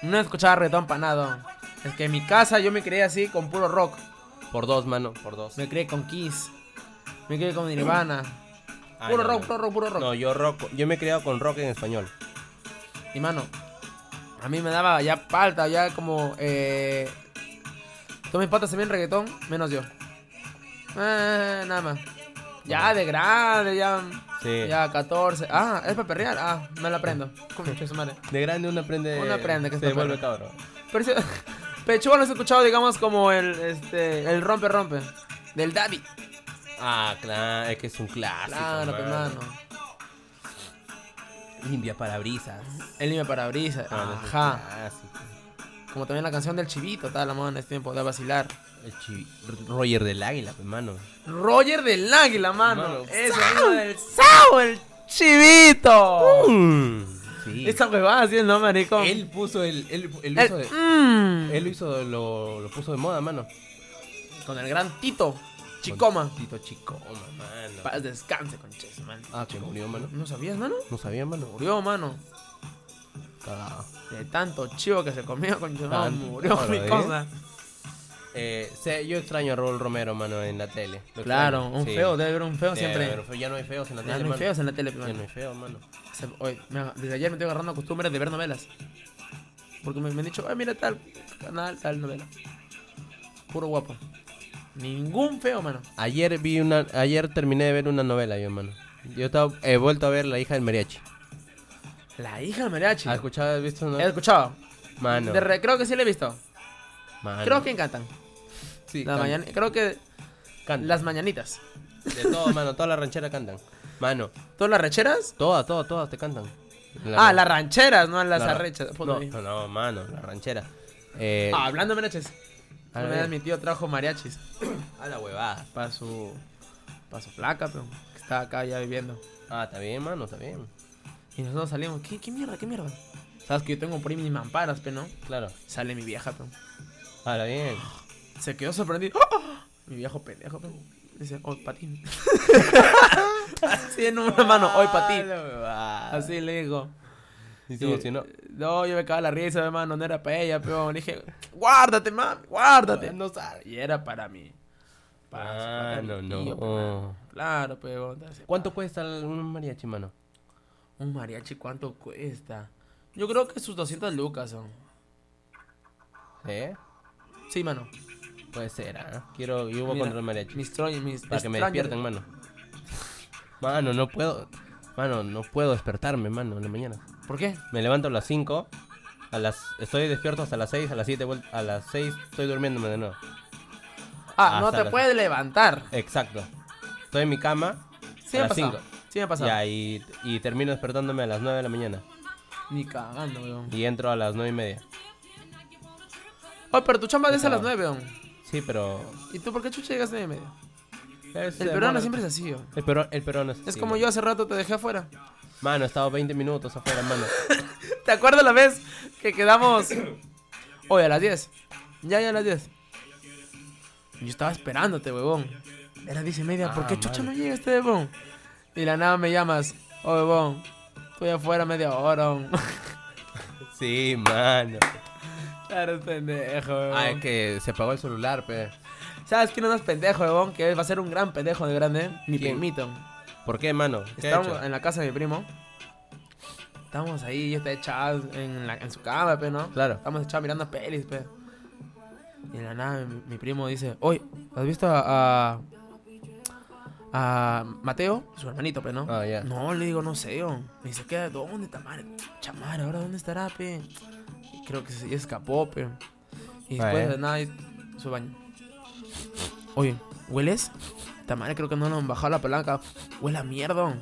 [SPEAKER 2] No escuchaba reggaetón para nada. Es que en mi casa yo me crié así con puro rock.
[SPEAKER 1] Por dos, mano, por dos.
[SPEAKER 2] Me crié con Kiss. Me crié con Nirvana.
[SPEAKER 1] Ah,
[SPEAKER 2] Puro
[SPEAKER 1] no,
[SPEAKER 2] rock,
[SPEAKER 1] no.
[SPEAKER 2] puro rock, puro rock.
[SPEAKER 1] No, yo rock. Yo me he criado con rock en español.
[SPEAKER 2] Y mano, a mí me daba ya palta, ya como. Eh, todos mis patas se ven reggaetón, menos yo. Eh, nada más. Ya de grande, ya.
[SPEAKER 1] Sí.
[SPEAKER 2] Ya 14. Ah, es para perrear. Ah, me la prendo. Concha su madre.
[SPEAKER 1] De grande uno aprende.
[SPEAKER 2] Uno aprende que
[SPEAKER 1] se
[SPEAKER 2] está
[SPEAKER 1] vuelve cabro.
[SPEAKER 2] Pero ese- Pechuga lo has escuchado, digamos, como el, este, el rompe rompe. Del Daddy.
[SPEAKER 1] Ah, claro, es que es un clásico.
[SPEAKER 2] Claro, pe, mano.
[SPEAKER 1] Limpia parabrisas.
[SPEAKER 2] El niño parabrisas.
[SPEAKER 1] Ah, es
[SPEAKER 2] Ajá.
[SPEAKER 1] un clásico.
[SPEAKER 2] Como también la canción del chivito, tal, la moda en este tiempo, de vacilar.
[SPEAKER 1] El chivi- Roger del Águila, hermano.
[SPEAKER 2] Roger del Águila, mano.
[SPEAKER 1] Mano,
[SPEAKER 2] Ese mismo del Sao, el chivito.
[SPEAKER 1] Sí.
[SPEAKER 2] Mm. Esa huevada así el nombre, marico.
[SPEAKER 1] Él puso el. Él, él
[SPEAKER 2] El-
[SPEAKER 1] hizo, de-
[SPEAKER 2] Mm.
[SPEAKER 1] él hizo lo, lo puso de moda, mano.
[SPEAKER 2] Con el gran Tito. Chicoma.
[SPEAKER 1] Con Tito Chicoma, mano.
[SPEAKER 2] Paz descanse, conches, man.
[SPEAKER 1] ah, que murió, mano.
[SPEAKER 2] ¿No sabías, mano?
[SPEAKER 1] No sabía, mano.
[SPEAKER 2] Murió, mano.
[SPEAKER 1] Cagado.
[SPEAKER 2] De tanto chivo que se comió, conches. No,
[SPEAKER 1] Tanto,
[SPEAKER 2] murió
[SPEAKER 1] claro,
[SPEAKER 2] mi
[SPEAKER 1] ¿eh?
[SPEAKER 2] cosa.
[SPEAKER 1] Eh, sé- yo extraño a Raúl Romero, mano, en la tele. Lo
[SPEAKER 2] Claro,
[SPEAKER 1] extraño.
[SPEAKER 2] un
[SPEAKER 1] Sí.
[SPEAKER 2] feo, debe haber un feo
[SPEAKER 1] Sí,
[SPEAKER 2] siempre.
[SPEAKER 1] pero feo- ya no hay feos en la
[SPEAKER 2] Ya
[SPEAKER 1] tele,
[SPEAKER 2] no
[SPEAKER 1] mano.
[SPEAKER 2] hay feos en la tele,
[SPEAKER 1] Ya no hay
[SPEAKER 2] mano.
[SPEAKER 1] feos, mano.
[SPEAKER 2] Se- hoy, me ha- desde ayer me estoy agarrando costumbre de ver novelas. Porque me, me han dicho, ay, mira tal canal, tal novela. Puro guapo. Ningún feo, mano.
[SPEAKER 1] Ayer vi una, ayer terminé de ver una novela, yo, mano. Yo estaba, he vuelto a ver La hija del mariachi.
[SPEAKER 2] La hija de mariachi.
[SPEAKER 1] ¿Has escuchado, has visto? No?
[SPEAKER 2] He escuchado.
[SPEAKER 1] Mano,
[SPEAKER 2] De re- creo que sí la he visto.
[SPEAKER 1] mano.
[SPEAKER 2] Creo que encantan.
[SPEAKER 1] Ah, Sí,
[SPEAKER 2] La
[SPEAKER 1] can-
[SPEAKER 2] mañana- creo que
[SPEAKER 1] cantan.
[SPEAKER 2] las mañanitas.
[SPEAKER 1] De todo, mano, todas las rancheras cantan. Mano,
[SPEAKER 2] ¿Todas las recheras?
[SPEAKER 1] todas, todas, todas te cantan.
[SPEAKER 2] ah, las rancheras, no las
[SPEAKER 1] la-
[SPEAKER 2] arrechas. Puta
[SPEAKER 1] No,
[SPEAKER 2] mía.
[SPEAKER 1] no, no, mano, la ranchera. Eh,
[SPEAKER 2] Ah, hablando de mariachis.
[SPEAKER 1] A
[SPEAKER 2] Una
[SPEAKER 1] ver.
[SPEAKER 2] vez mi tío trajo mariachis.
[SPEAKER 1] a la huevada.
[SPEAKER 2] Para su, pa' su flaca, pero que estaba acá ya viviendo.
[SPEAKER 1] Ah, está bien, mano, está bien.
[SPEAKER 2] Y nosotros salimos, ¿qué, qué mierda, qué mierda? Sabes que yo tengo por ahí mis mamparas, pero no.
[SPEAKER 1] Claro.
[SPEAKER 2] Sale mi vieja, pero
[SPEAKER 1] Ahora bien.
[SPEAKER 2] se quedó sorprendido. ¡Ah! Mi viejo pendejo, pero dice, hoy para ti. Así en una mano, hoy para
[SPEAKER 1] A
[SPEAKER 2] ti.
[SPEAKER 1] la huevada.
[SPEAKER 2] Así le digo.
[SPEAKER 1] Y se emocionó.
[SPEAKER 2] No, yo me cagaba la risa, hermano, no era para ella, pero le dije, guárdate, mami, guárdate.
[SPEAKER 1] Ah, No sabe.
[SPEAKER 2] Y era para mí. Para-
[SPEAKER 1] Ah,
[SPEAKER 2] para
[SPEAKER 1] no,
[SPEAKER 2] mi
[SPEAKER 1] no.
[SPEAKER 2] tío, para- Claro, pero... entonces,
[SPEAKER 1] ¿Cuánto cuesta el- un mariachi, mano?
[SPEAKER 2] Un mariachi, ¿cuánto cuesta? Yo creo que sus 200 lucas son.
[SPEAKER 1] ¿Eh?
[SPEAKER 2] Sí, mano.
[SPEAKER 1] Puede ser, ¿ah? Quiero, yo voy
[SPEAKER 2] Mira,
[SPEAKER 1] contra el mariachi.
[SPEAKER 2] Mis tro- mis
[SPEAKER 1] Para que me
[SPEAKER 2] extraños-
[SPEAKER 1] despierten, mano. Mano, no puedo. Mano, no puedo despertarme, mano, en la mañana.
[SPEAKER 2] ¿Por qué?
[SPEAKER 1] Me levanto a las 5. A las, estoy despierto hasta las 6, a las 7, a las 6 estoy durmiéndome de nuevo.
[SPEAKER 2] Ah, no
[SPEAKER 1] Hasta
[SPEAKER 2] te
[SPEAKER 1] las-
[SPEAKER 2] puedes levantar.
[SPEAKER 1] Exacto. Estoy en mi cama
[SPEAKER 2] Sí
[SPEAKER 1] a
[SPEAKER 2] me ha
[SPEAKER 1] las
[SPEAKER 2] pasado.
[SPEAKER 1] 5.
[SPEAKER 2] Sí me ha pasado.
[SPEAKER 1] Ya, y, y termino despertándome a las 9 de la mañana.
[SPEAKER 2] Ni cagando, weón.
[SPEAKER 1] Y entro a las 9 y media.
[SPEAKER 2] Oh, pero tu chamba es a las
[SPEAKER 1] Ajá.
[SPEAKER 2] 9, weón.
[SPEAKER 1] Sí, pero...
[SPEAKER 2] ¿Y tú por qué chucha llegas 9 y media?
[SPEAKER 1] es,
[SPEAKER 2] El
[SPEAKER 1] eh,
[SPEAKER 2] peruano
[SPEAKER 1] mano,
[SPEAKER 2] siempre es así, weón.
[SPEAKER 1] El, peru- el peruano es
[SPEAKER 2] Es
[SPEAKER 1] así,
[SPEAKER 2] como
[SPEAKER 1] mano.
[SPEAKER 2] yo hace rato te dejé afuera.
[SPEAKER 1] Mano, he estado 20 minutos afuera, mano.
[SPEAKER 2] ¿Te acuerdas la vez que quedamos hoy a las 10? Ya, ya a las 10. Yo estaba esperándote, huevón. Era 10 y media. ¿Por
[SPEAKER 1] Ah,
[SPEAKER 2] qué chucha
[SPEAKER 1] madre.
[SPEAKER 2] no llega este huevón? Y de la nada me llamas. Oh, huevón. Estoy afuera media hora. huevón".
[SPEAKER 1] Sí, mano.
[SPEAKER 2] claro, es pendejo, huevón.
[SPEAKER 1] Ah, es que se apagó el celular, pe.
[SPEAKER 2] ¿Sabes quién no es pendejo, huevón? Que va a ser un gran pendejo de grande. ¿eh? Mi
[SPEAKER 1] ¿Quién?
[SPEAKER 2] primito.
[SPEAKER 1] ¿Por qué, mano? ¿Qué ha
[SPEAKER 2] Estábamos
[SPEAKER 1] hecho?
[SPEAKER 2] en la casa de mi primo. Estábamos ahí, yo estaba echado en, la- en su cama, pe, ¿no?
[SPEAKER 1] Claro.
[SPEAKER 2] Estábamos echados mirando pelis, pe. Y en la nada, mi, mi primo dice, oye, ¿has visto a, a, a Mateo? Su hermanito, pe, ¿no?
[SPEAKER 1] Ah, ya.
[SPEAKER 2] No, le digo, no sé, yo. Me dice, ¿qué? ¿Dónde está madre? Chamar, ¿ahora dónde estará, pe? Creo que se ya escapó, pe. Y
[SPEAKER 1] Ah,
[SPEAKER 2] después
[SPEAKER 1] ¿eh?
[SPEAKER 2] de nada, y- su baño. Oye, ¿hueles? Tamara, creo que no nos han bajado la palanca. Huele a mierda.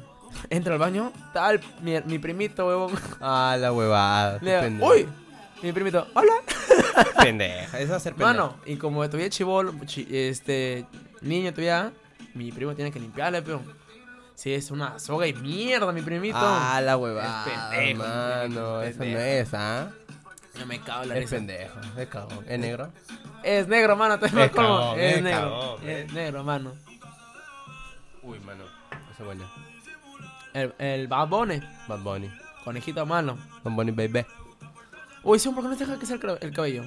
[SPEAKER 2] Entra al baño, tal, mi, mi primito, huevón.
[SPEAKER 1] Ah, la huevada. qué
[SPEAKER 2] Le-
[SPEAKER 1] pendejo.
[SPEAKER 2] ¡Uy! Mi primito, ¡hola!
[SPEAKER 1] Pendeja, es hacer pendeja.
[SPEAKER 2] Mano, y como todavía chivol, chi- este, niño todavía, mi primo tiene que limpiarle, pero. Sí, es una soga y mierda, mi primito.
[SPEAKER 1] Ah, la
[SPEAKER 2] Es
[SPEAKER 1] huevada.
[SPEAKER 2] pendejo,
[SPEAKER 1] mano.
[SPEAKER 2] es
[SPEAKER 1] Eso no
[SPEAKER 2] pendejo.
[SPEAKER 1] es, ¿ah?
[SPEAKER 2] no me cago en la
[SPEAKER 1] Es
[SPEAKER 2] risa.
[SPEAKER 1] pendejo. Es cagón. ¿Es negro?
[SPEAKER 2] Es negro, mano, te me
[SPEAKER 1] Es
[SPEAKER 2] como.
[SPEAKER 1] cagón,
[SPEAKER 2] es
[SPEAKER 1] es
[SPEAKER 2] negro.
[SPEAKER 1] cagón, eh.
[SPEAKER 2] es negro, mano.
[SPEAKER 1] Uy, mano. Eso es bueno.
[SPEAKER 2] El, el babone,
[SPEAKER 1] Bad Bunny.
[SPEAKER 2] conejito malo.
[SPEAKER 1] Bad Bunny, baby.
[SPEAKER 2] Uy, sí, ¿por qué no te deja crecer el cab- el cabello?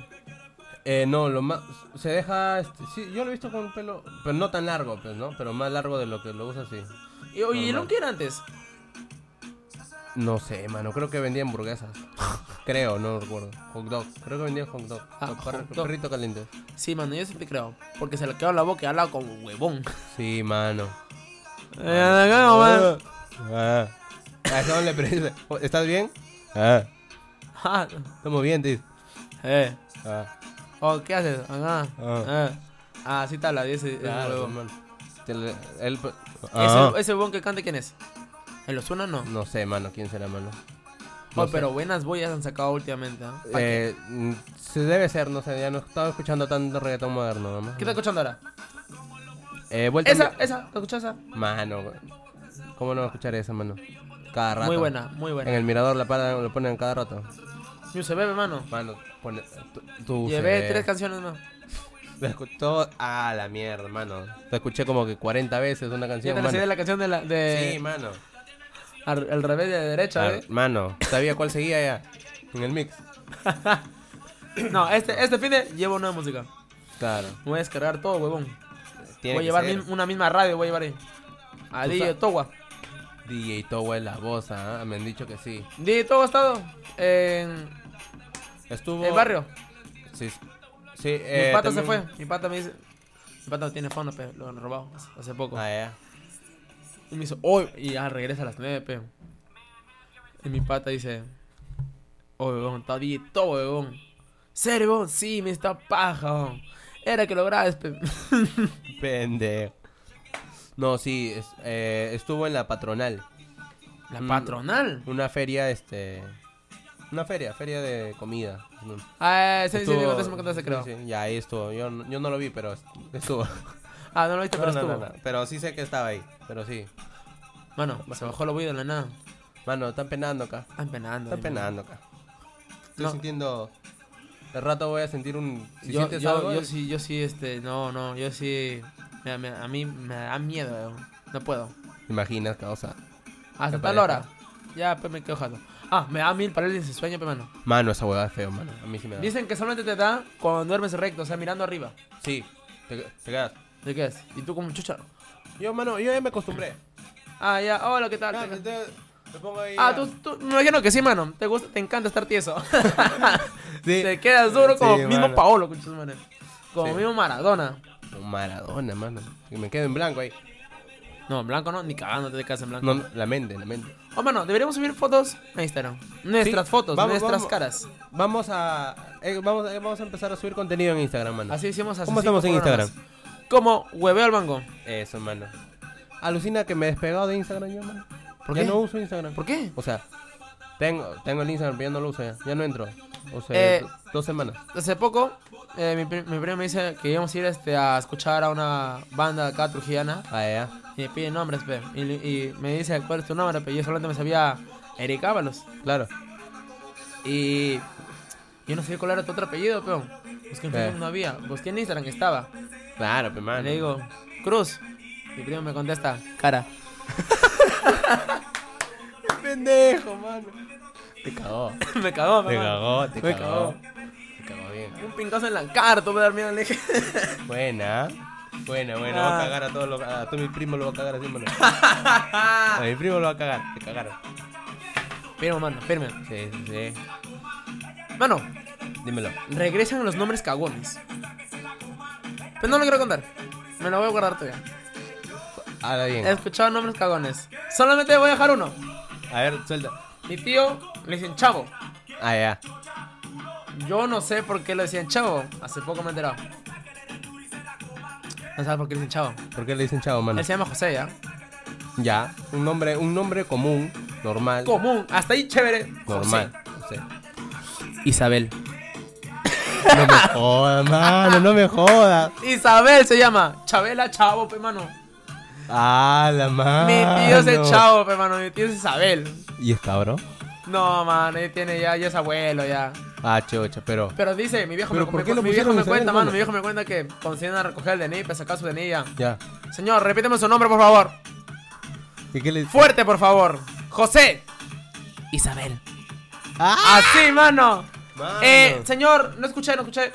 [SPEAKER 1] Eh, no, lo más. Se deja. este, sí, yo lo he visto con pelo. Pero no tan largo, pues, ¿no? Pero más largo de lo que lo usa, sí.
[SPEAKER 2] Y oye, ¿y
[SPEAKER 1] Normal.
[SPEAKER 2] lo que era antes?
[SPEAKER 1] No sé, mano. Creo que vendía hamburguesas. creo, no recuerdo. Hot dog. Creo que vendía hot dog.
[SPEAKER 2] Ah,
[SPEAKER 1] Los perri-
[SPEAKER 2] hot dog.
[SPEAKER 1] Perrito caliente.
[SPEAKER 2] Sí, mano, yo sí te creo. Porque se le quedó la boca y hablaba como huevón.
[SPEAKER 1] Sí, mano.
[SPEAKER 2] Eh, no, mano.
[SPEAKER 1] Ah. A ese hombre le pregunta, ¿Estás bien? Ah.
[SPEAKER 2] Ah,
[SPEAKER 1] Estamos bien, dice.
[SPEAKER 2] eh.
[SPEAKER 1] Ah.
[SPEAKER 2] Oh, ¿qué haces? Acá.
[SPEAKER 1] Ah.
[SPEAKER 2] Eh. Ah, sí está la 10. Ese,
[SPEAKER 1] Claro,
[SPEAKER 2] huevón.
[SPEAKER 1] hermano. Te le- él- Ah.
[SPEAKER 2] ese, ese huevón que cante, ¿quién es? ¿En los suena no?
[SPEAKER 1] No sé, mano, quién será, mano.
[SPEAKER 2] oh,
[SPEAKER 1] No sé.
[SPEAKER 2] pero buenas boyas han sacado últimamente. ¿ah? ¿Pa' qué?
[SPEAKER 1] Eh, mm, se debe ser, no sé, ya no estaba escuchando tanto reggaetón moderno, mamá.
[SPEAKER 2] ¿Qué está escuchando ahora?
[SPEAKER 1] Eh, vuelta
[SPEAKER 2] Esa,
[SPEAKER 1] en vi-
[SPEAKER 2] esa, ¿la escuchas esa?
[SPEAKER 1] Mano, güey. ¿cómo no escuchar esa, mano? Cada rato.
[SPEAKER 2] Muy buena, muy
[SPEAKER 1] En
[SPEAKER 2] buena.
[SPEAKER 1] el mirador la paran, lo ponen cada rato.
[SPEAKER 2] Yo se bebe, mano.
[SPEAKER 1] Mano, pone, tú, tú
[SPEAKER 2] Llevé
[SPEAKER 1] se-
[SPEAKER 2] tres canciones más.
[SPEAKER 1] Lo escuchó a la mierda, mano. Lo escuché como que 40 veces una
[SPEAKER 2] Yo
[SPEAKER 1] canción,
[SPEAKER 2] te
[SPEAKER 1] mano.
[SPEAKER 2] recibí la canción de la de
[SPEAKER 1] Sí, mano.
[SPEAKER 2] al, al revés de la derecha,
[SPEAKER 1] Ah,
[SPEAKER 2] ¿eh?
[SPEAKER 1] mano, sabía cuál seguía ya en el mix.
[SPEAKER 2] No, este, este fin de llevo nueva música.
[SPEAKER 1] Claro.
[SPEAKER 2] Me voy a descargar todo, huevón.
[SPEAKER 1] Tiene
[SPEAKER 2] voy a
[SPEAKER 1] que
[SPEAKER 2] llevar
[SPEAKER 1] ser.
[SPEAKER 2] mi- una misma radio, voy a llevar ahí. A
[SPEAKER 1] Tú
[SPEAKER 2] DJ
[SPEAKER 1] sa-
[SPEAKER 2] Towa.
[SPEAKER 1] DJ Towa es la voz, ¿ah? me han dicho que sí.
[SPEAKER 2] DJ Towa ha estado en
[SPEAKER 1] Estuvo.
[SPEAKER 2] el barrio.
[SPEAKER 1] Sí. Sí, Oh, eh,
[SPEAKER 2] Mi pata se fue.
[SPEAKER 1] también-
[SPEAKER 2] Mi pata me dice. Mi pata no tiene fondo, pero lo han robado hace- hace poco.
[SPEAKER 1] Ah, ya.
[SPEAKER 2] Y me dice, hoy. Y ya regresa a las 9, pe. Y mi pata dice, oh, huevón, está DJ Towa, huevón. ¿Serio, huevón? Sí, me está paja, huevón. Era que lo grabes, pe.
[SPEAKER 1] Pendejo. No, sí, es- eh, estuvo en la patronal.
[SPEAKER 2] La
[SPEAKER 1] Mm.
[SPEAKER 2] patronal.
[SPEAKER 1] Una feria, este. Una feria, feria de comida.
[SPEAKER 2] Ah, sí, sí, sí, me
[SPEAKER 1] Estuvo-
[SPEAKER 2] contaste, me contaste, creo.
[SPEAKER 1] sí, sí, ya, ahí estuvo. Yo, no- yo no lo vi, pero estuvo.
[SPEAKER 2] Ah, no lo viste, pero
[SPEAKER 1] No, no,
[SPEAKER 2] estuvo.
[SPEAKER 1] no, no, Pero sí sé que estaba ahí. Pero sí.
[SPEAKER 2] Mano, se bajó la bulla de la nada.
[SPEAKER 1] Mano, están penando acá.
[SPEAKER 2] Están penando.
[SPEAKER 1] Están
[SPEAKER 2] mi mano.
[SPEAKER 1] penando acá. Estoy
[SPEAKER 2] No.
[SPEAKER 1] sintiendo. De rato voy a sentir un. Si
[SPEAKER 2] yo,
[SPEAKER 1] sientes
[SPEAKER 2] yo,
[SPEAKER 1] algo.
[SPEAKER 2] yo sí, yo sí, este, no, no, yo sí. me- me- a mí me da miedo, weón. No puedo.
[SPEAKER 1] Imaginas, causa.
[SPEAKER 2] Hasta
[SPEAKER 1] Me
[SPEAKER 2] tal
[SPEAKER 1] parece.
[SPEAKER 2] hora. Ya, pues me quedo jato. Ah, me da mil parálisis de sueño, pe, mano.
[SPEAKER 1] Mano, esa huevada es feo, mano. A mí sí me da.
[SPEAKER 2] Dicen que solamente te da cuando duermes recto, o sea, mirando arriba.
[SPEAKER 1] Sí, te, te quedas.
[SPEAKER 2] ¿De qué es? Y tú como chucha.
[SPEAKER 1] Yo, mano, yo ya me acostumbré.
[SPEAKER 2] Ah, ya, hola, ¿qué tal?
[SPEAKER 1] Ah,
[SPEAKER 2] ¿Qué tal?
[SPEAKER 1] entonces, me pongo ahí.
[SPEAKER 2] Ah,
[SPEAKER 1] ya.
[SPEAKER 2] tú, tú, me imagino que sí, mano. Te gusta, te encanta estar tieso.
[SPEAKER 1] Sí.
[SPEAKER 2] Te quedas duro como
[SPEAKER 1] Sí,
[SPEAKER 2] mismo
[SPEAKER 1] mano.
[SPEAKER 2] Paolo, con sus manos. Como
[SPEAKER 1] Sí.
[SPEAKER 2] mismo Maradona.
[SPEAKER 1] Oh, Maradona, mano. Y Me quedo en blanco ahí.
[SPEAKER 2] No, en blanco no, ni cagando te quedas en blanco.
[SPEAKER 1] No, no, la mente, la mente.
[SPEAKER 2] Oh, mano, deberíamos subir fotos a Instagram. Nuestras
[SPEAKER 1] Sí,
[SPEAKER 2] fotos,
[SPEAKER 1] vamos,
[SPEAKER 2] nuestras
[SPEAKER 1] vamos.
[SPEAKER 2] caras.
[SPEAKER 1] Vamos a. eh, vamos, eh, vamos a empezar a subir contenido en Instagram, mano.
[SPEAKER 2] Así hicimos hace
[SPEAKER 1] ¿Cómo estamos
[SPEAKER 2] cinco
[SPEAKER 1] en
[SPEAKER 2] programas. Como hueveo al mango.
[SPEAKER 1] Eso, mano. Alucina que me he despegado de Instagram yo, mano.
[SPEAKER 2] ¿Por
[SPEAKER 1] ya
[SPEAKER 2] qué?
[SPEAKER 1] no uso Instagram.
[SPEAKER 2] ¿Por qué?
[SPEAKER 1] O sea, tengo, tengo el Instagram, pero ya no lo uso ya. Ya no entro. O sea,
[SPEAKER 2] Eh.
[SPEAKER 1] do- dos semanas.
[SPEAKER 2] Hace poco, eh, mi, pri- mi primo me dice que íbamos a ir este, a escuchar a una banda acá trujillana.
[SPEAKER 1] Ah, ya.
[SPEAKER 2] Y me pide nombres, pe. Y, le- y me dice cuál es tu nombre, pe. Yo solamente me sabía Eric Ábalos.
[SPEAKER 1] Claro.
[SPEAKER 2] Y yo no sabía cuál era tu otro apellido, peón. Busqué en
[SPEAKER 1] Eh.
[SPEAKER 2] Facebook, no había. Busqué en Instagram, que estaba.
[SPEAKER 1] Claro, pero mano.
[SPEAKER 2] Y le digo, Cruz. Mi primo me contesta, cara.
[SPEAKER 1] pendejo, mano. Te cagó.
[SPEAKER 2] me cagó,
[SPEAKER 1] Te
[SPEAKER 2] mamá.
[SPEAKER 1] cagó, te
[SPEAKER 2] Me
[SPEAKER 1] cagó.
[SPEAKER 2] cagó.
[SPEAKER 1] Te cagó bien.
[SPEAKER 2] Un pincazo en la cara, tuve que dar miedo al eje.
[SPEAKER 1] Buena. ¿ah? Buena, buena. Voy
[SPEAKER 2] Ah.
[SPEAKER 1] a cagar a todos los. A todo mi primo lo va a cagar así, mano. A mi primo lo va a cagar. Te cagaron.
[SPEAKER 2] Firme, mano, firme.
[SPEAKER 1] Sí, sí, sí.
[SPEAKER 2] Mano,
[SPEAKER 1] Dímelo.
[SPEAKER 2] regresan los nombres cagones. Pero no lo quiero contar. Me lo voy a guardar todavía.
[SPEAKER 1] Ahora bien.
[SPEAKER 2] He escuchado nombres cagones. Solamente voy a dejar uno.
[SPEAKER 1] A ver, suelta.
[SPEAKER 2] Mi tío le dicen chavo.
[SPEAKER 1] Ah, ya.
[SPEAKER 2] Yo no sé por qué le decían chavo. Hace poco me he enterado. No sabes por qué le dicen chavo.
[SPEAKER 1] ¿Por qué le dicen chavo, mano?
[SPEAKER 2] Él se llama José, ¿ya?
[SPEAKER 1] Ya. Un nombre, un nombre común, normal.
[SPEAKER 2] Común. Hasta ahí chévere.
[SPEAKER 1] Normal.
[SPEAKER 2] José.
[SPEAKER 1] No sé.
[SPEAKER 2] Isabel.
[SPEAKER 1] No me jodas, mano, no me jodas.
[SPEAKER 2] Isabel se llama. Chabela Chavo, pe mano.
[SPEAKER 1] Ah, la mano.
[SPEAKER 2] Mi tío es el Chavo, pe mano. Mi tío es Isabel.
[SPEAKER 1] ¿Y es cabrón?
[SPEAKER 2] No, mano. Ya tiene ya, ya es abuelo, ya.
[SPEAKER 1] Ah, chocha, pero.
[SPEAKER 2] Pero dice, mi viejo,
[SPEAKER 1] ¿Pero
[SPEAKER 2] me,
[SPEAKER 1] por
[SPEAKER 2] me-
[SPEAKER 1] qué lo
[SPEAKER 2] mi viejo
[SPEAKER 1] pusieron
[SPEAKER 2] me
[SPEAKER 1] Isabel,
[SPEAKER 2] cuenta,
[SPEAKER 1] mano?
[SPEAKER 2] mano. Mi viejo me cuenta que consiguen a recoger el DNI, para pues, sacar su DNI ya.
[SPEAKER 1] Ya.
[SPEAKER 2] Señor, repíteme su nombre, por favor.
[SPEAKER 1] ¿Y qué le
[SPEAKER 2] Fuerte, por favor. José. Isabel.
[SPEAKER 1] ¡Ah!
[SPEAKER 2] Así, mano.
[SPEAKER 1] Mano.
[SPEAKER 2] Eh, señor, no escuché, no escuché.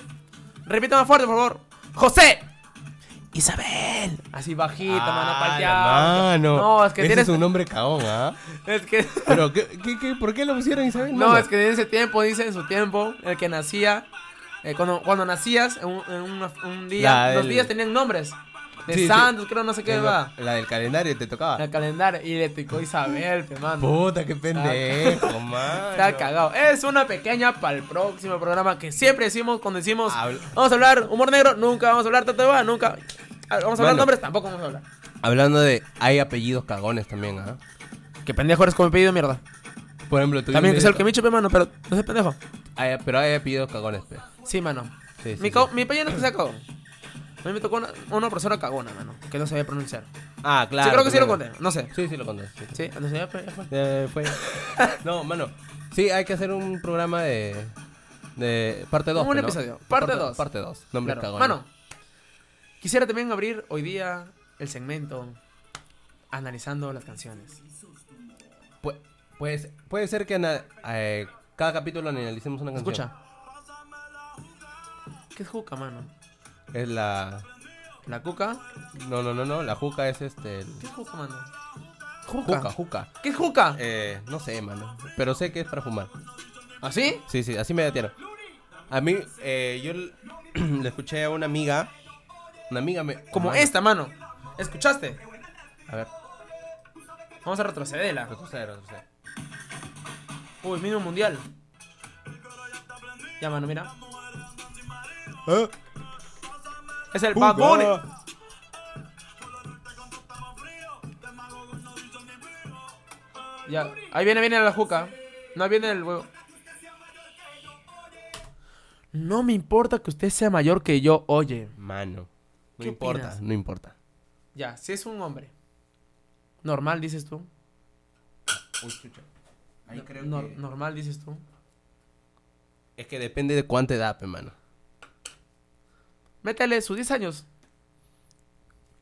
[SPEAKER 2] Repítame fuerte, por favor. José. Isabel. Así bajito, mano,
[SPEAKER 1] Ah, la
[SPEAKER 2] palteado.
[SPEAKER 1] mano.
[SPEAKER 2] No, es que
[SPEAKER 1] Ese
[SPEAKER 2] tienes.
[SPEAKER 1] es un nombre caón, ¿ah?
[SPEAKER 2] Es que.
[SPEAKER 1] Pero, ¿qué, qué, qué, por qué lo pusieron Isabel?
[SPEAKER 2] No,
[SPEAKER 1] mano?
[SPEAKER 2] es que en ese tiempo, dice en su tiempo, el que nacía. eh, cuando, cuando nacías, en un, en una- un día,
[SPEAKER 1] La
[SPEAKER 2] los
[SPEAKER 1] del-
[SPEAKER 2] días tenían nombres. De
[SPEAKER 1] Sí, sí.
[SPEAKER 2] santos, creo, no sé qué, va.
[SPEAKER 1] La del calendario te tocaba.
[SPEAKER 2] El calendario. Y le picó Isabel, pe, mano.
[SPEAKER 1] Puta, qué pendejo, mano.
[SPEAKER 2] Está cagado. Es una pequeña para el próximo programa que siempre decimos cuando decimos
[SPEAKER 1] Habla-
[SPEAKER 2] vamos a hablar humor negro, nunca vamos a hablar tatuaje, nunca. Ah, Vamos a hablar
[SPEAKER 1] Mano.
[SPEAKER 2] nombres, tampoco vamos a hablar.
[SPEAKER 1] Hablando de. Hay apellidos cagones también, ¿ah?
[SPEAKER 2] Que pendejo eres con mi pedido mierda.
[SPEAKER 1] Por ejemplo, tú.
[SPEAKER 2] También que sea
[SPEAKER 1] dices-
[SPEAKER 2] el que me chupe, mano, pero no seas pendejo.
[SPEAKER 1] Hay- pero hay apellidos cagones, pe.
[SPEAKER 2] Sí, mano.
[SPEAKER 1] Sí, sí,
[SPEAKER 2] mi,
[SPEAKER 1] sí.
[SPEAKER 2] co- mi apellido no es que sea cagón. A mí me tocó una, una profesora cagona, mano, que no sabía pronunciar.
[SPEAKER 1] Ah, claro.
[SPEAKER 2] sí, creo que sí lo
[SPEAKER 1] claro.
[SPEAKER 2] conté, no sé.
[SPEAKER 1] Sí, sí lo conté. sí.
[SPEAKER 2] Sí, entonces ya fue. ya fue.
[SPEAKER 1] Eh, fue. no, mano. Sí, hay que hacer un programa de. De parte 2.
[SPEAKER 2] Un episodio. Parte dos.
[SPEAKER 1] Parte 2. Nombre
[SPEAKER 2] Claro.
[SPEAKER 1] cagón.
[SPEAKER 2] Mano, quisiera también abrir hoy día el segmento analizando las canciones.
[SPEAKER 1] Pu- pues, puede ser que ana- eh, cada capítulo analicemos una canción.
[SPEAKER 2] Escucha. ¿Qué es juca, mano?
[SPEAKER 1] Es la.
[SPEAKER 2] ¿La cuca?
[SPEAKER 1] No, no, no, no. La juca es este. el-
[SPEAKER 2] ¿Qué es juca, mano?
[SPEAKER 1] Juca, juca.
[SPEAKER 2] ¿Qué es juca?
[SPEAKER 1] Eh, no sé, mano. Pero sé que es para fumar.
[SPEAKER 2] ¿Así?
[SPEAKER 1] Sí, sí, así me datearon. A mí, eh, yo l- le escuché a una amiga. Una amiga me.
[SPEAKER 2] Como
[SPEAKER 1] mano,
[SPEAKER 2] esta, mano. ¿Escuchaste?
[SPEAKER 1] A ver,
[SPEAKER 2] Vamos a retrocederla.
[SPEAKER 1] retroceder, retroceder.
[SPEAKER 2] Uy, mismo mundial. Ya, mano, mira. ¿Eh? Es el Bad Bunny. Ya, ahí viene, viene la juca. No, ahí viene el huevo. No me importa que usted sea mayor que yo, oye.
[SPEAKER 1] Mano. No
[SPEAKER 2] ¿Qué
[SPEAKER 1] importa,
[SPEAKER 2] opinas?
[SPEAKER 1] no importa.
[SPEAKER 2] Ya, si es un hombre. Normal, dices tú.
[SPEAKER 1] Uy, chucha. Ahí creo
[SPEAKER 2] Nor-
[SPEAKER 1] que.
[SPEAKER 2] Normal, dices tú.
[SPEAKER 1] Es que depende de cuánta edad, pe, mano.
[SPEAKER 2] Métele sus 10 años.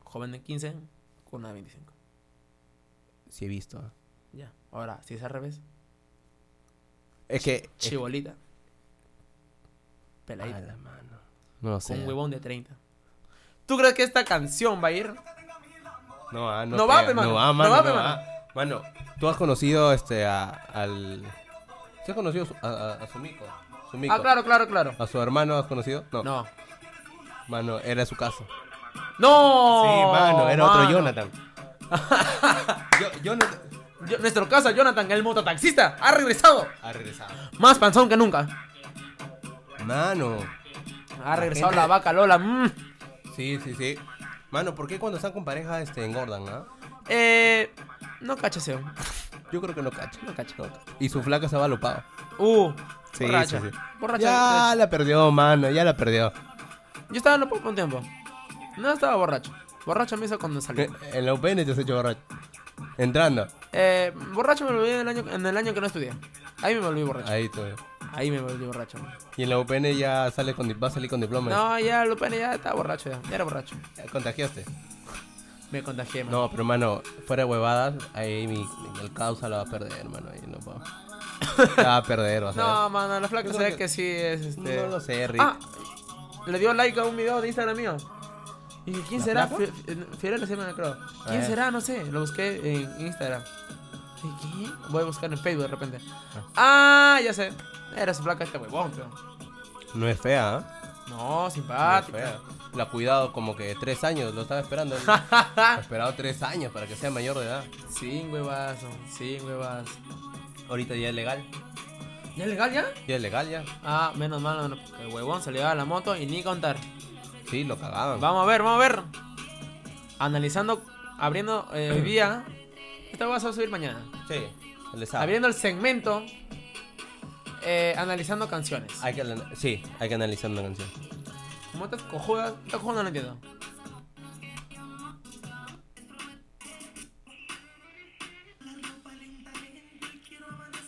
[SPEAKER 2] Joven de 15 con una de 25.
[SPEAKER 1] Si he visto. ¿eh?
[SPEAKER 2] Ya. Ahora, si es al revés,
[SPEAKER 1] Es que. es-
[SPEAKER 2] chibolita.
[SPEAKER 1] a
[SPEAKER 2] Peladita.
[SPEAKER 1] la mano. No lo sé.
[SPEAKER 2] con un huevón de 30. ¿Tú crees que esta canción va a ir? Ah,
[SPEAKER 1] No, ah, no,
[SPEAKER 2] No va,
[SPEAKER 1] creo.
[SPEAKER 2] pe, mano.
[SPEAKER 1] No va,
[SPEAKER 2] No
[SPEAKER 1] mano.
[SPEAKER 2] va,
[SPEAKER 1] No
[SPEAKER 2] pe,
[SPEAKER 1] va.
[SPEAKER 2] mano.
[SPEAKER 1] Mano, tú has conocido este a, al. ¿Sí has conocido su- a, a, a su mico? Su mico.
[SPEAKER 2] Ah, claro, claro, claro.
[SPEAKER 1] ¿A su hermano has conocido? No.
[SPEAKER 2] No.
[SPEAKER 1] Mano, era su caso.
[SPEAKER 2] No.
[SPEAKER 1] sí, mano, era otro
[SPEAKER 2] mano.
[SPEAKER 1] Jonathan. yo, Jonathan.
[SPEAKER 2] Yo- nuestro caso, Jonathan, el mototaxista, ha regresado.
[SPEAKER 1] Ha regresado.
[SPEAKER 2] Más panzón que nunca.
[SPEAKER 1] Mano.
[SPEAKER 2] Ha regresado
[SPEAKER 1] gente-
[SPEAKER 2] la vaca Lola. mm.
[SPEAKER 1] Sí, sí, sí. Mano, ¿por qué cuando están con pareja este, engordan, ah?
[SPEAKER 2] Eh, no cachas, Eon.
[SPEAKER 1] Yo creo que no cacho.
[SPEAKER 2] No cacho.
[SPEAKER 1] No cacho. Y su flaca se va alopado.
[SPEAKER 2] Uh,
[SPEAKER 1] Sí,
[SPEAKER 2] borracha.
[SPEAKER 1] sí, sí.
[SPEAKER 2] Borracha. pues. eh,
[SPEAKER 1] Ya la perdió, mano, ya la perdió.
[SPEAKER 2] Yo estaba no poco un tiempo. No estaba borracho. Borracho me hizo cuando salí.
[SPEAKER 1] En la UPN te has hecho borracho. Entrando.
[SPEAKER 2] Eh, borracho me volví en el año, en el año que no estudié. Ahí me volví borracho.
[SPEAKER 1] Ahí todo.
[SPEAKER 2] Ahí me volví borracho.
[SPEAKER 1] Y en la UPN ya sale con, di- va a salir con diploma.
[SPEAKER 2] No, ya Lupene ya estaba borracho ya. Ya era borracho.
[SPEAKER 1] Ya contagiaste.
[SPEAKER 2] Me contagié, man.
[SPEAKER 1] No, pero hermano, fuera de huevadas, ahí mi, el causa la va a perder, hermano. Ahí no va. La va a perder, vas a
[SPEAKER 2] No, mano, la flaca
[SPEAKER 1] Yo
[SPEAKER 2] se
[SPEAKER 1] creo
[SPEAKER 2] ve
[SPEAKER 1] que-
[SPEAKER 2] que sí es este.
[SPEAKER 1] ver. No lo sé, Rick.
[SPEAKER 2] Ah, le dio like a un video de Instagram mío. Y dije, ¿quién
[SPEAKER 1] ¿La
[SPEAKER 2] será?
[SPEAKER 1] flaca?
[SPEAKER 2] Fi- eh, Fiorella se llama, creo. ¿Quién
[SPEAKER 1] Ah.
[SPEAKER 2] será? No sé. Lo busqué en Instagram. Dije, ¿quién? Voy a buscar en Facebook de repente.
[SPEAKER 1] Ah.
[SPEAKER 2] Ah, ya sé. Era su flaca este huevón, pero.
[SPEAKER 1] No es fea, ¿eh?
[SPEAKER 2] No,
[SPEAKER 1] No es
[SPEAKER 2] simpática.
[SPEAKER 1] fea. La ha cuidado como que tres años, lo estaba esperando. Ha esperado tres años para que sea mayor de edad.
[SPEAKER 2] Sin huevazo, sin huevas.
[SPEAKER 1] Ahorita ya es legal.
[SPEAKER 2] ¿Ya es legal ya?
[SPEAKER 1] Ya es legal, ya.
[SPEAKER 2] Ah, menos mal, menos- el huevón se le daba la moto y ni contar.
[SPEAKER 1] Sí, lo cagaban.
[SPEAKER 2] Vamos a ver, vamos a ver. Analizando, abriendo eh, hoy día. Esta vas a subir mañana.
[SPEAKER 1] Sí, le sabe.
[SPEAKER 2] Abriendo el segmento. eh, analizando canciones.
[SPEAKER 1] Hay que, anal- sí, hay que analizar una canción.
[SPEAKER 2] ¿Cómo te cojudas? Te cojudas no lo entiendo.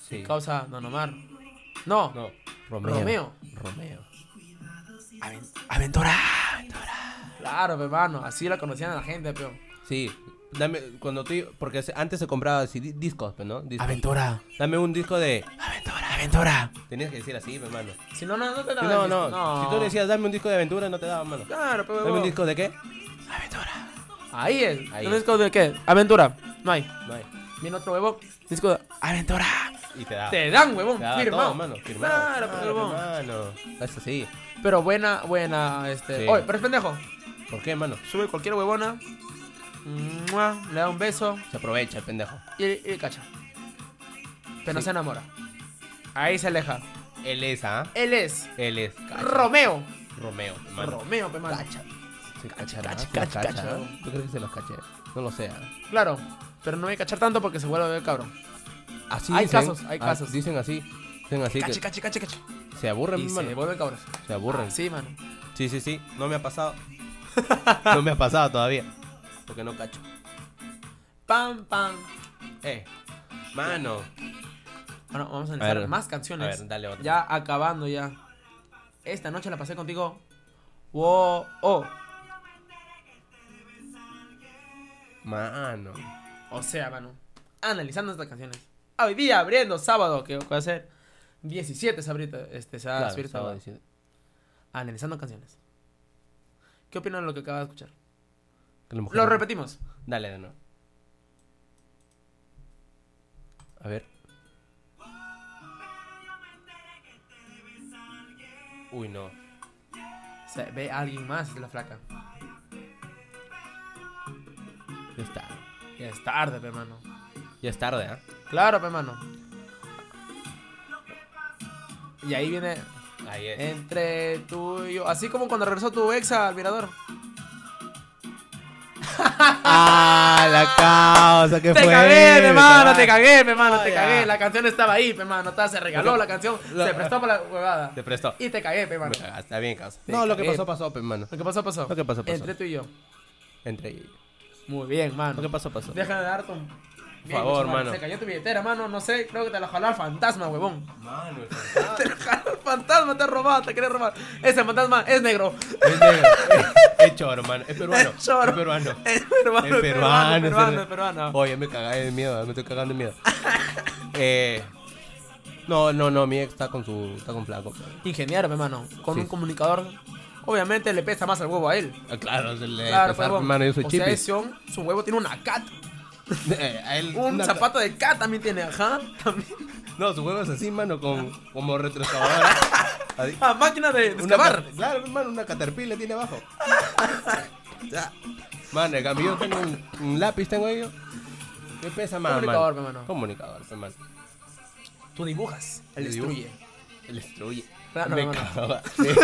[SPEAKER 1] Sí.
[SPEAKER 2] Causa Don Omar. No.
[SPEAKER 1] No,
[SPEAKER 2] Romeo.
[SPEAKER 1] Romeo.
[SPEAKER 2] Aven- aventura. Aventura. Claro, hermano. Así la conocían a la gente, pero.
[SPEAKER 1] Sí, dame, cuando tú, porque se- antes se compraba así, di- discos, pues, ¿no? Discos.
[SPEAKER 2] Aventura.
[SPEAKER 1] Dame un disco de...
[SPEAKER 2] Aventura, aventura.
[SPEAKER 1] Tenías que decir así, mi hermano.
[SPEAKER 2] Si no, no, no te daban
[SPEAKER 1] No,
[SPEAKER 2] el
[SPEAKER 1] no,
[SPEAKER 2] disco. no.
[SPEAKER 1] Si tú le decías, dame un disco de aventura, no te daban, mano.
[SPEAKER 2] Claro, pero.
[SPEAKER 1] Dame un disco de qué?
[SPEAKER 2] Aventura. Ahí es.
[SPEAKER 1] Ahí
[SPEAKER 2] ¿Un
[SPEAKER 1] es.
[SPEAKER 2] disco de qué? Aventura. No hay.
[SPEAKER 1] No hay.
[SPEAKER 2] Viene otro huevón. Disco de Aventura.
[SPEAKER 1] Y te da.
[SPEAKER 2] Te dan, huevón.
[SPEAKER 1] te da
[SPEAKER 2] firmado.
[SPEAKER 1] Ah. todo, mano. Firmado.
[SPEAKER 2] Claro, pues, pero huevón.
[SPEAKER 1] mano. Es así.
[SPEAKER 2] Pero buena, buena, este.
[SPEAKER 1] Sí.
[SPEAKER 2] Oye, pero es pendejo.
[SPEAKER 1] ¿Por qué, mano?
[SPEAKER 2] Sube cualquier huevona. mua, le da un beso
[SPEAKER 1] Se aprovecha el pendejo.
[SPEAKER 2] y, y cacha. Pero no
[SPEAKER 1] Sí.
[SPEAKER 2] se enamora. Ahí se aleja.
[SPEAKER 1] Él es, ¿ah?
[SPEAKER 2] Él es
[SPEAKER 1] Él es. cacha.
[SPEAKER 2] Romeo.
[SPEAKER 1] Romeo, mano.
[SPEAKER 2] Romeo, pe mano.
[SPEAKER 1] Cacha. Se cacha,
[SPEAKER 2] cacha,
[SPEAKER 1] ¿no? Se los
[SPEAKER 2] cacha,
[SPEAKER 1] cacha,
[SPEAKER 2] cacha.
[SPEAKER 1] ¿no? ¿Tú crees que se los caché? No lo sé, ¿ah?
[SPEAKER 2] Claro. Pero no voy a cachar tanto porque se vuelve a ver cabrón.
[SPEAKER 1] Así
[SPEAKER 2] Hay
[SPEAKER 1] dicen.
[SPEAKER 2] casos, hay
[SPEAKER 1] Ah,
[SPEAKER 2] casos.
[SPEAKER 1] Dicen así. Dicen así
[SPEAKER 2] Cache,
[SPEAKER 1] que
[SPEAKER 2] cache, cache, cache.
[SPEAKER 1] se aburren,
[SPEAKER 2] Y
[SPEAKER 1] mi
[SPEAKER 2] se
[SPEAKER 1] mano.
[SPEAKER 2] vuelve cabrón.
[SPEAKER 1] Se aburren.
[SPEAKER 2] Ah, Sí, mano.
[SPEAKER 1] Sí, sí, sí. No me ha pasado. no me ha pasado todavía. Porque no cacho.
[SPEAKER 2] Pam, pam.
[SPEAKER 1] Eh. Mano.
[SPEAKER 2] Ahora vamos a analizar
[SPEAKER 1] ver,
[SPEAKER 2] más
[SPEAKER 1] A
[SPEAKER 2] canciones.
[SPEAKER 1] ver, dale otra.
[SPEAKER 2] Ya acabando ya. Esta noche la pasé contigo. Wow, oh.
[SPEAKER 1] Mano.
[SPEAKER 2] O sea, mano. Analizando estas canciones. Ah, Hoy día abriendo sábado, que va a ser 17 se abrita, este, se va a
[SPEAKER 1] Claro,
[SPEAKER 2] subir
[SPEAKER 1] estaba
[SPEAKER 2] sábado.
[SPEAKER 1] diciendo-
[SPEAKER 2] Analizando canciones. ¿Qué opinan de lo que acaba de escuchar?
[SPEAKER 1] que la mujer-
[SPEAKER 2] Lo repetimos.
[SPEAKER 1] Dale, de nuevo. A ver. Uy, no.
[SPEAKER 2] Se ve a alguien más la flaca.
[SPEAKER 1] Ya está.
[SPEAKER 2] Ya es tarde, pe, hermano.
[SPEAKER 1] Ya es tarde, ¿ah?
[SPEAKER 2] Claro, pe, hermano. Y ahí viene
[SPEAKER 1] Ahí es.
[SPEAKER 2] entre tú y yo. Así como cuando regresó tu ex al mirador.
[SPEAKER 1] ¡Ah! La causa que
[SPEAKER 2] Te
[SPEAKER 1] fue.
[SPEAKER 2] cagué, mi hermano,
[SPEAKER 1] cagaste.
[SPEAKER 2] te cagué, mi hermano, te
[SPEAKER 1] Ah,
[SPEAKER 2] cagué.
[SPEAKER 1] ya.
[SPEAKER 2] La canción estaba ahí, mi hermano. ta, Se regaló
[SPEAKER 1] Lo-
[SPEAKER 2] la canción,
[SPEAKER 1] lo-
[SPEAKER 2] se prestó para la huevada.
[SPEAKER 1] Te prestó.
[SPEAKER 2] Y te cagué, mi hermano.
[SPEAKER 1] Me cagaste, Está bien, causa.
[SPEAKER 2] Te
[SPEAKER 1] No, lo que
[SPEAKER 2] cagué.
[SPEAKER 1] pasó, pasó, pe, hermano.
[SPEAKER 2] Lo que pasó, pasó.
[SPEAKER 1] Lo que pasó, pasó.
[SPEAKER 2] Entre tú y yo.
[SPEAKER 1] Entre ellos.
[SPEAKER 2] Muy bien, mano.
[SPEAKER 1] Lo que pasó, pasó.
[SPEAKER 2] Deja de darte un... Bien,
[SPEAKER 1] favor,
[SPEAKER 2] mucho,
[SPEAKER 1] mano.
[SPEAKER 2] Se cayó tu billetera, mano. No sé, creo que te la jaló el fantasma, huevón.
[SPEAKER 1] Mano, el
[SPEAKER 2] Te la jaló el fantasma, te ha robado, te quería robar. Ese fantasma es negro.
[SPEAKER 1] Es negro. Es, Es choro, mano. Es peruano.
[SPEAKER 2] Es choro.
[SPEAKER 1] Es peruano.
[SPEAKER 2] Es peruano,
[SPEAKER 1] Es peruano,
[SPEAKER 2] es peruano, es peruano.
[SPEAKER 1] Oye, me cagué de miedo, me estoy cagando de miedo. Eh, no, no, no, mi ex está con su. está con flaco.
[SPEAKER 2] Ingeniero, mi hermano. Con
[SPEAKER 1] Oh. Sí.
[SPEAKER 2] un comunicador, obviamente le pesa más el huevo a él.
[SPEAKER 1] Ah, Claro, se le
[SPEAKER 2] Claro,
[SPEAKER 1] pesar,
[SPEAKER 2] huevón.
[SPEAKER 1] mano, yo soy
[SPEAKER 2] o
[SPEAKER 1] chipi.
[SPEAKER 2] sea, ese hom- su huevo tiene una cat.
[SPEAKER 1] Eh, a él
[SPEAKER 2] Un
[SPEAKER 1] una-
[SPEAKER 2] zapato de cat también tiene, ajá. También.
[SPEAKER 1] No, su huevo es así, mano, con, como retroexcavadora. Así.
[SPEAKER 2] Ah, máquina de, de
[SPEAKER 1] Una
[SPEAKER 2] excavar.
[SPEAKER 1] cat- Claro, hermano, una caterpillar tiene abajo. Ya. Mano, en cambio yo tengo un, un lápiz, tengo yo. ¿Qué pesa más,
[SPEAKER 2] Comunicador,
[SPEAKER 1] mano?
[SPEAKER 2] mi hermano.
[SPEAKER 1] Comunicador, mi hermano.
[SPEAKER 2] Tú dibujas, él
[SPEAKER 1] Yo dibujo.
[SPEAKER 2] destruye.
[SPEAKER 1] El destruye.
[SPEAKER 2] Claro,
[SPEAKER 1] me
[SPEAKER 2] hermano.
[SPEAKER 1] cagaste.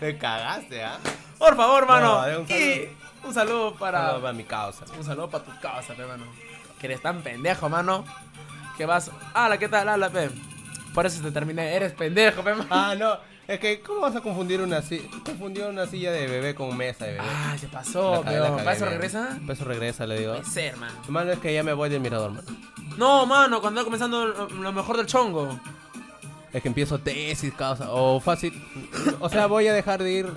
[SPEAKER 1] me cagaste, ¿ah?
[SPEAKER 2] Por favor, mano.
[SPEAKER 1] de un
[SPEAKER 2] y un saludo para.
[SPEAKER 1] Para mi causa.
[SPEAKER 2] Un saludo para tu casa, pe, mano. Que eres tan pendejo, mano. Que vas. ¡Hala, qué tal! ¡Hala, pe! Por eso te terminé. Eres pendejo, pe, mano.
[SPEAKER 1] Ah, no. Es que, ¿cómo vas a confundir una silla? Confundir una silla de bebé con mesa de bebé.
[SPEAKER 2] Ah, se pasó,
[SPEAKER 1] La cagué, la
[SPEAKER 2] pero
[SPEAKER 1] cagué,
[SPEAKER 2] ¿Para eso
[SPEAKER 1] mira.
[SPEAKER 2] regresa?
[SPEAKER 1] Para eso regresa, le digo.
[SPEAKER 2] Puede ser, mano.
[SPEAKER 1] Hermano, es que ya me voy del mirador, mano.
[SPEAKER 2] No, mano, cuando está comenzando lo lo mejor del chongo.
[SPEAKER 1] Es que empiezo tesis, causa. O fácil. O sea, voy a dejar de ir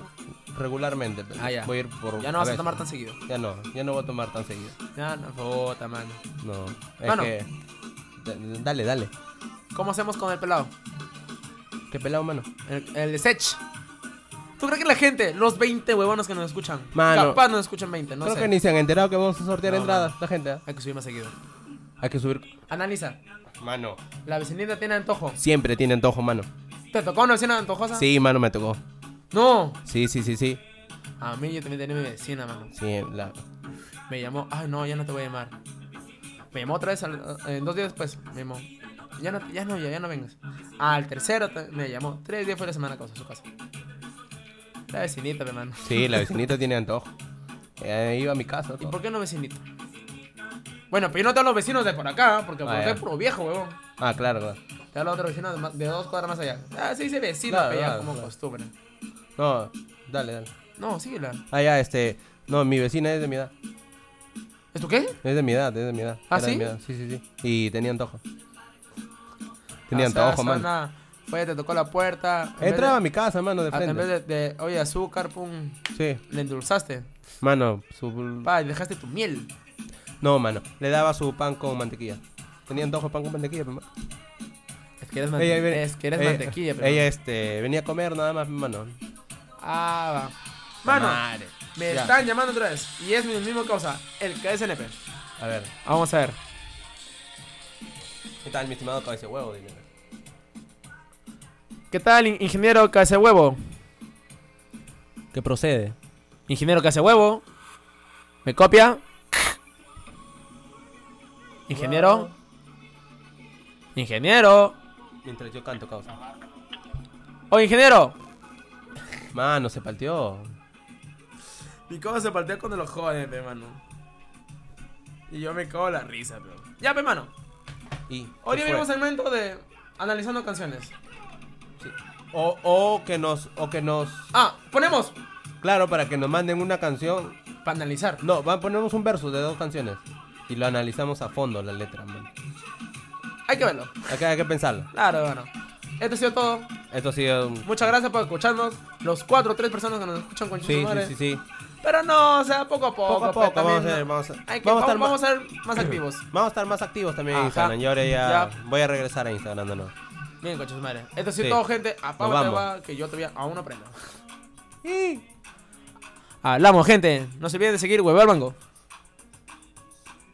[SPEAKER 1] regularmente. pero
[SPEAKER 2] Ah, ya.
[SPEAKER 1] Voy a ir por.
[SPEAKER 2] Ya no vas a
[SPEAKER 1] veces.
[SPEAKER 2] tomar tan seguido.
[SPEAKER 1] Ya no, ya no voy a tomar tan seguido.
[SPEAKER 2] Ya no, bota, mano.
[SPEAKER 1] No. Es
[SPEAKER 2] Mano.
[SPEAKER 1] que. da- Dale, dale.
[SPEAKER 2] ¿Cómo hacemos con el pelado?
[SPEAKER 1] Qué pelado, mano.
[SPEAKER 2] El, el Sech. ¿Tú crees que la gente, los 20 huevones que nos escuchan,
[SPEAKER 1] Mano.
[SPEAKER 2] capaz nos escuchan 20, no
[SPEAKER 1] Creo
[SPEAKER 2] sé.
[SPEAKER 1] que ni se han enterado que vamos a sortear
[SPEAKER 2] No,
[SPEAKER 1] entradas,
[SPEAKER 2] mano.
[SPEAKER 1] la gente. ¿ah?
[SPEAKER 2] Hay que subir más seguido.
[SPEAKER 1] Hay que subir.
[SPEAKER 2] Analiza,
[SPEAKER 1] Mano.
[SPEAKER 2] la vecinita tiene antojo.
[SPEAKER 1] Siempre tiene antojo, mano.
[SPEAKER 2] ¿Te tocó una vecina antojosa?
[SPEAKER 1] Sí, mano, me tocó.
[SPEAKER 2] No.
[SPEAKER 1] Sí, sí, sí, sí.
[SPEAKER 2] A mí yo también tenía mi vecina, mano.
[SPEAKER 1] Sí, la...
[SPEAKER 2] Me llamó, ay no, ya no te voy a llamar. Me llamó otra vez, al- eh, dos días después, me llamó. Ya no, ya no, ya, ya no vengas. Al tercero te- me llamó, tres días fue la semana cosa, su casa. La vecinita, mi hermano.
[SPEAKER 1] sí, la vecinita tiene antojo. Eh, iba a mi casa.
[SPEAKER 2] ¿Y
[SPEAKER 1] todo.
[SPEAKER 2] por qué no vecinita? Bueno, pero yo no te hablo de vecinos de por acá, ¿eh? porque por
[SPEAKER 1] Ah,
[SPEAKER 2] acá
[SPEAKER 1] ya.
[SPEAKER 2] es puro viejo, huevón.
[SPEAKER 1] Ah, claro, claro.
[SPEAKER 2] Te hablo de otro vecino de, más- de dos cuadras más allá. Ah, sí, dice vecino,
[SPEAKER 1] Claro,
[SPEAKER 2] pero ya
[SPEAKER 1] claro,
[SPEAKER 2] como
[SPEAKER 1] claro.
[SPEAKER 2] costumbre.
[SPEAKER 1] No, dale, dale.
[SPEAKER 2] No, síguela.
[SPEAKER 1] Ah, ya, este. No, mi vecina es de mi edad.
[SPEAKER 2] ¿Es tu qué?
[SPEAKER 1] Es de mi edad, es de mi edad.
[SPEAKER 2] ¿Ah,
[SPEAKER 1] Era de
[SPEAKER 2] sí?
[SPEAKER 1] mi edad, Sí, sí, sí. Y tenía antojo. Tenía
[SPEAKER 2] O sea,
[SPEAKER 1] antojo, mano.
[SPEAKER 2] suena- Fue, te tocó la puerta. en
[SPEAKER 1] Entraba a
[SPEAKER 2] vez
[SPEAKER 1] mi casa, mano, de
[SPEAKER 2] de- En vez
[SPEAKER 1] frente.
[SPEAKER 2] de, de, oye, azúcar, pum,
[SPEAKER 1] Sí,
[SPEAKER 2] le endulzaste.
[SPEAKER 1] mano, su...
[SPEAKER 2] Pa, y dejaste tu miel.
[SPEAKER 1] No, mano, le daba su pan con mantequilla. Tenía antojo de pan con mantequilla, pues, pero...
[SPEAKER 2] Es que eres, mante- es que eres mantequilla, pero.
[SPEAKER 1] Ella, este, venía a comer nada más, mano.
[SPEAKER 2] Ah, va. Mano,
[SPEAKER 1] Madre.
[SPEAKER 2] me
[SPEAKER 1] Ya.
[SPEAKER 2] están llamando otra vez. Y es mi misma causa, el KSNP.
[SPEAKER 1] A ver,
[SPEAKER 2] Vamos a ver.
[SPEAKER 1] ¿qué tal, mi estimado cabeza de huevo? Dime.
[SPEAKER 2] ¿Qué tal, in- ingeniero cabeza de huevo?
[SPEAKER 1] ¿Qué procede?
[SPEAKER 2] Ingeniero cabeza de huevo. ¿Me copia? Ingeniero. Ingeniero.
[SPEAKER 1] Mientras yo canto, causa.
[SPEAKER 2] ¡Oh, ingeniero!
[SPEAKER 1] Mano, se palteó.
[SPEAKER 2] Mi codo se partió cuando lo joden, pe, mano. Y yo me cago en la risa, pero. Ya, pe, mano.
[SPEAKER 1] Y...
[SPEAKER 2] Hoy
[SPEAKER 1] se fue.
[SPEAKER 2] día venimos al momento de analizando canciones.
[SPEAKER 1] Sí. O, o que nos... O que nos...
[SPEAKER 2] Ah, ponemos.
[SPEAKER 1] Claro, para que nos manden una canción
[SPEAKER 2] Para analizar.
[SPEAKER 1] No, va, ponemos un verso de dos canciones y lo analizamos a fondo la letra, man.
[SPEAKER 2] Hay que verlo.
[SPEAKER 1] Hay que, hay que pensarlo.
[SPEAKER 2] Claro, bueno. Esto ha sido todo.
[SPEAKER 1] Esto ha sido un...
[SPEAKER 2] Muchas gracias por escucharnos. Los cuatro o tres personas que nos escuchan con
[SPEAKER 1] Sí,
[SPEAKER 2] sus madres.
[SPEAKER 1] sí, sí, sí.
[SPEAKER 2] Pero no, o sea, poco a poco.
[SPEAKER 1] Poco a
[SPEAKER 2] pe,
[SPEAKER 1] poco,
[SPEAKER 2] también,
[SPEAKER 1] vamos a ver,
[SPEAKER 2] ¿no?
[SPEAKER 1] vamos a-
[SPEAKER 2] Hay que-
[SPEAKER 1] vamos a
[SPEAKER 2] vamos,
[SPEAKER 1] estar más-
[SPEAKER 2] vamos a ser más activos.
[SPEAKER 1] Vamos a estar más activos también en
[SPEAKER 2] Ajá.
[SPEAKER 1] Instagram. Yo ahora ya,
[SPEAKER 2] Ya.
[SPEAKER 1] voy a regresar a Instagram de nuevo.
[SPEAKER 2] Bien, con sus madres. Esto ha sido
[SPEAKER 1] Sí.
[SPEAKER 2] todo, gente. Apágate,
[SPEAKER 1] vamos.
[SPEAKER 2] va, que yo todavía aún no aprendo. Hablamos, gente. No se olviden de seguir Huevo al Mango.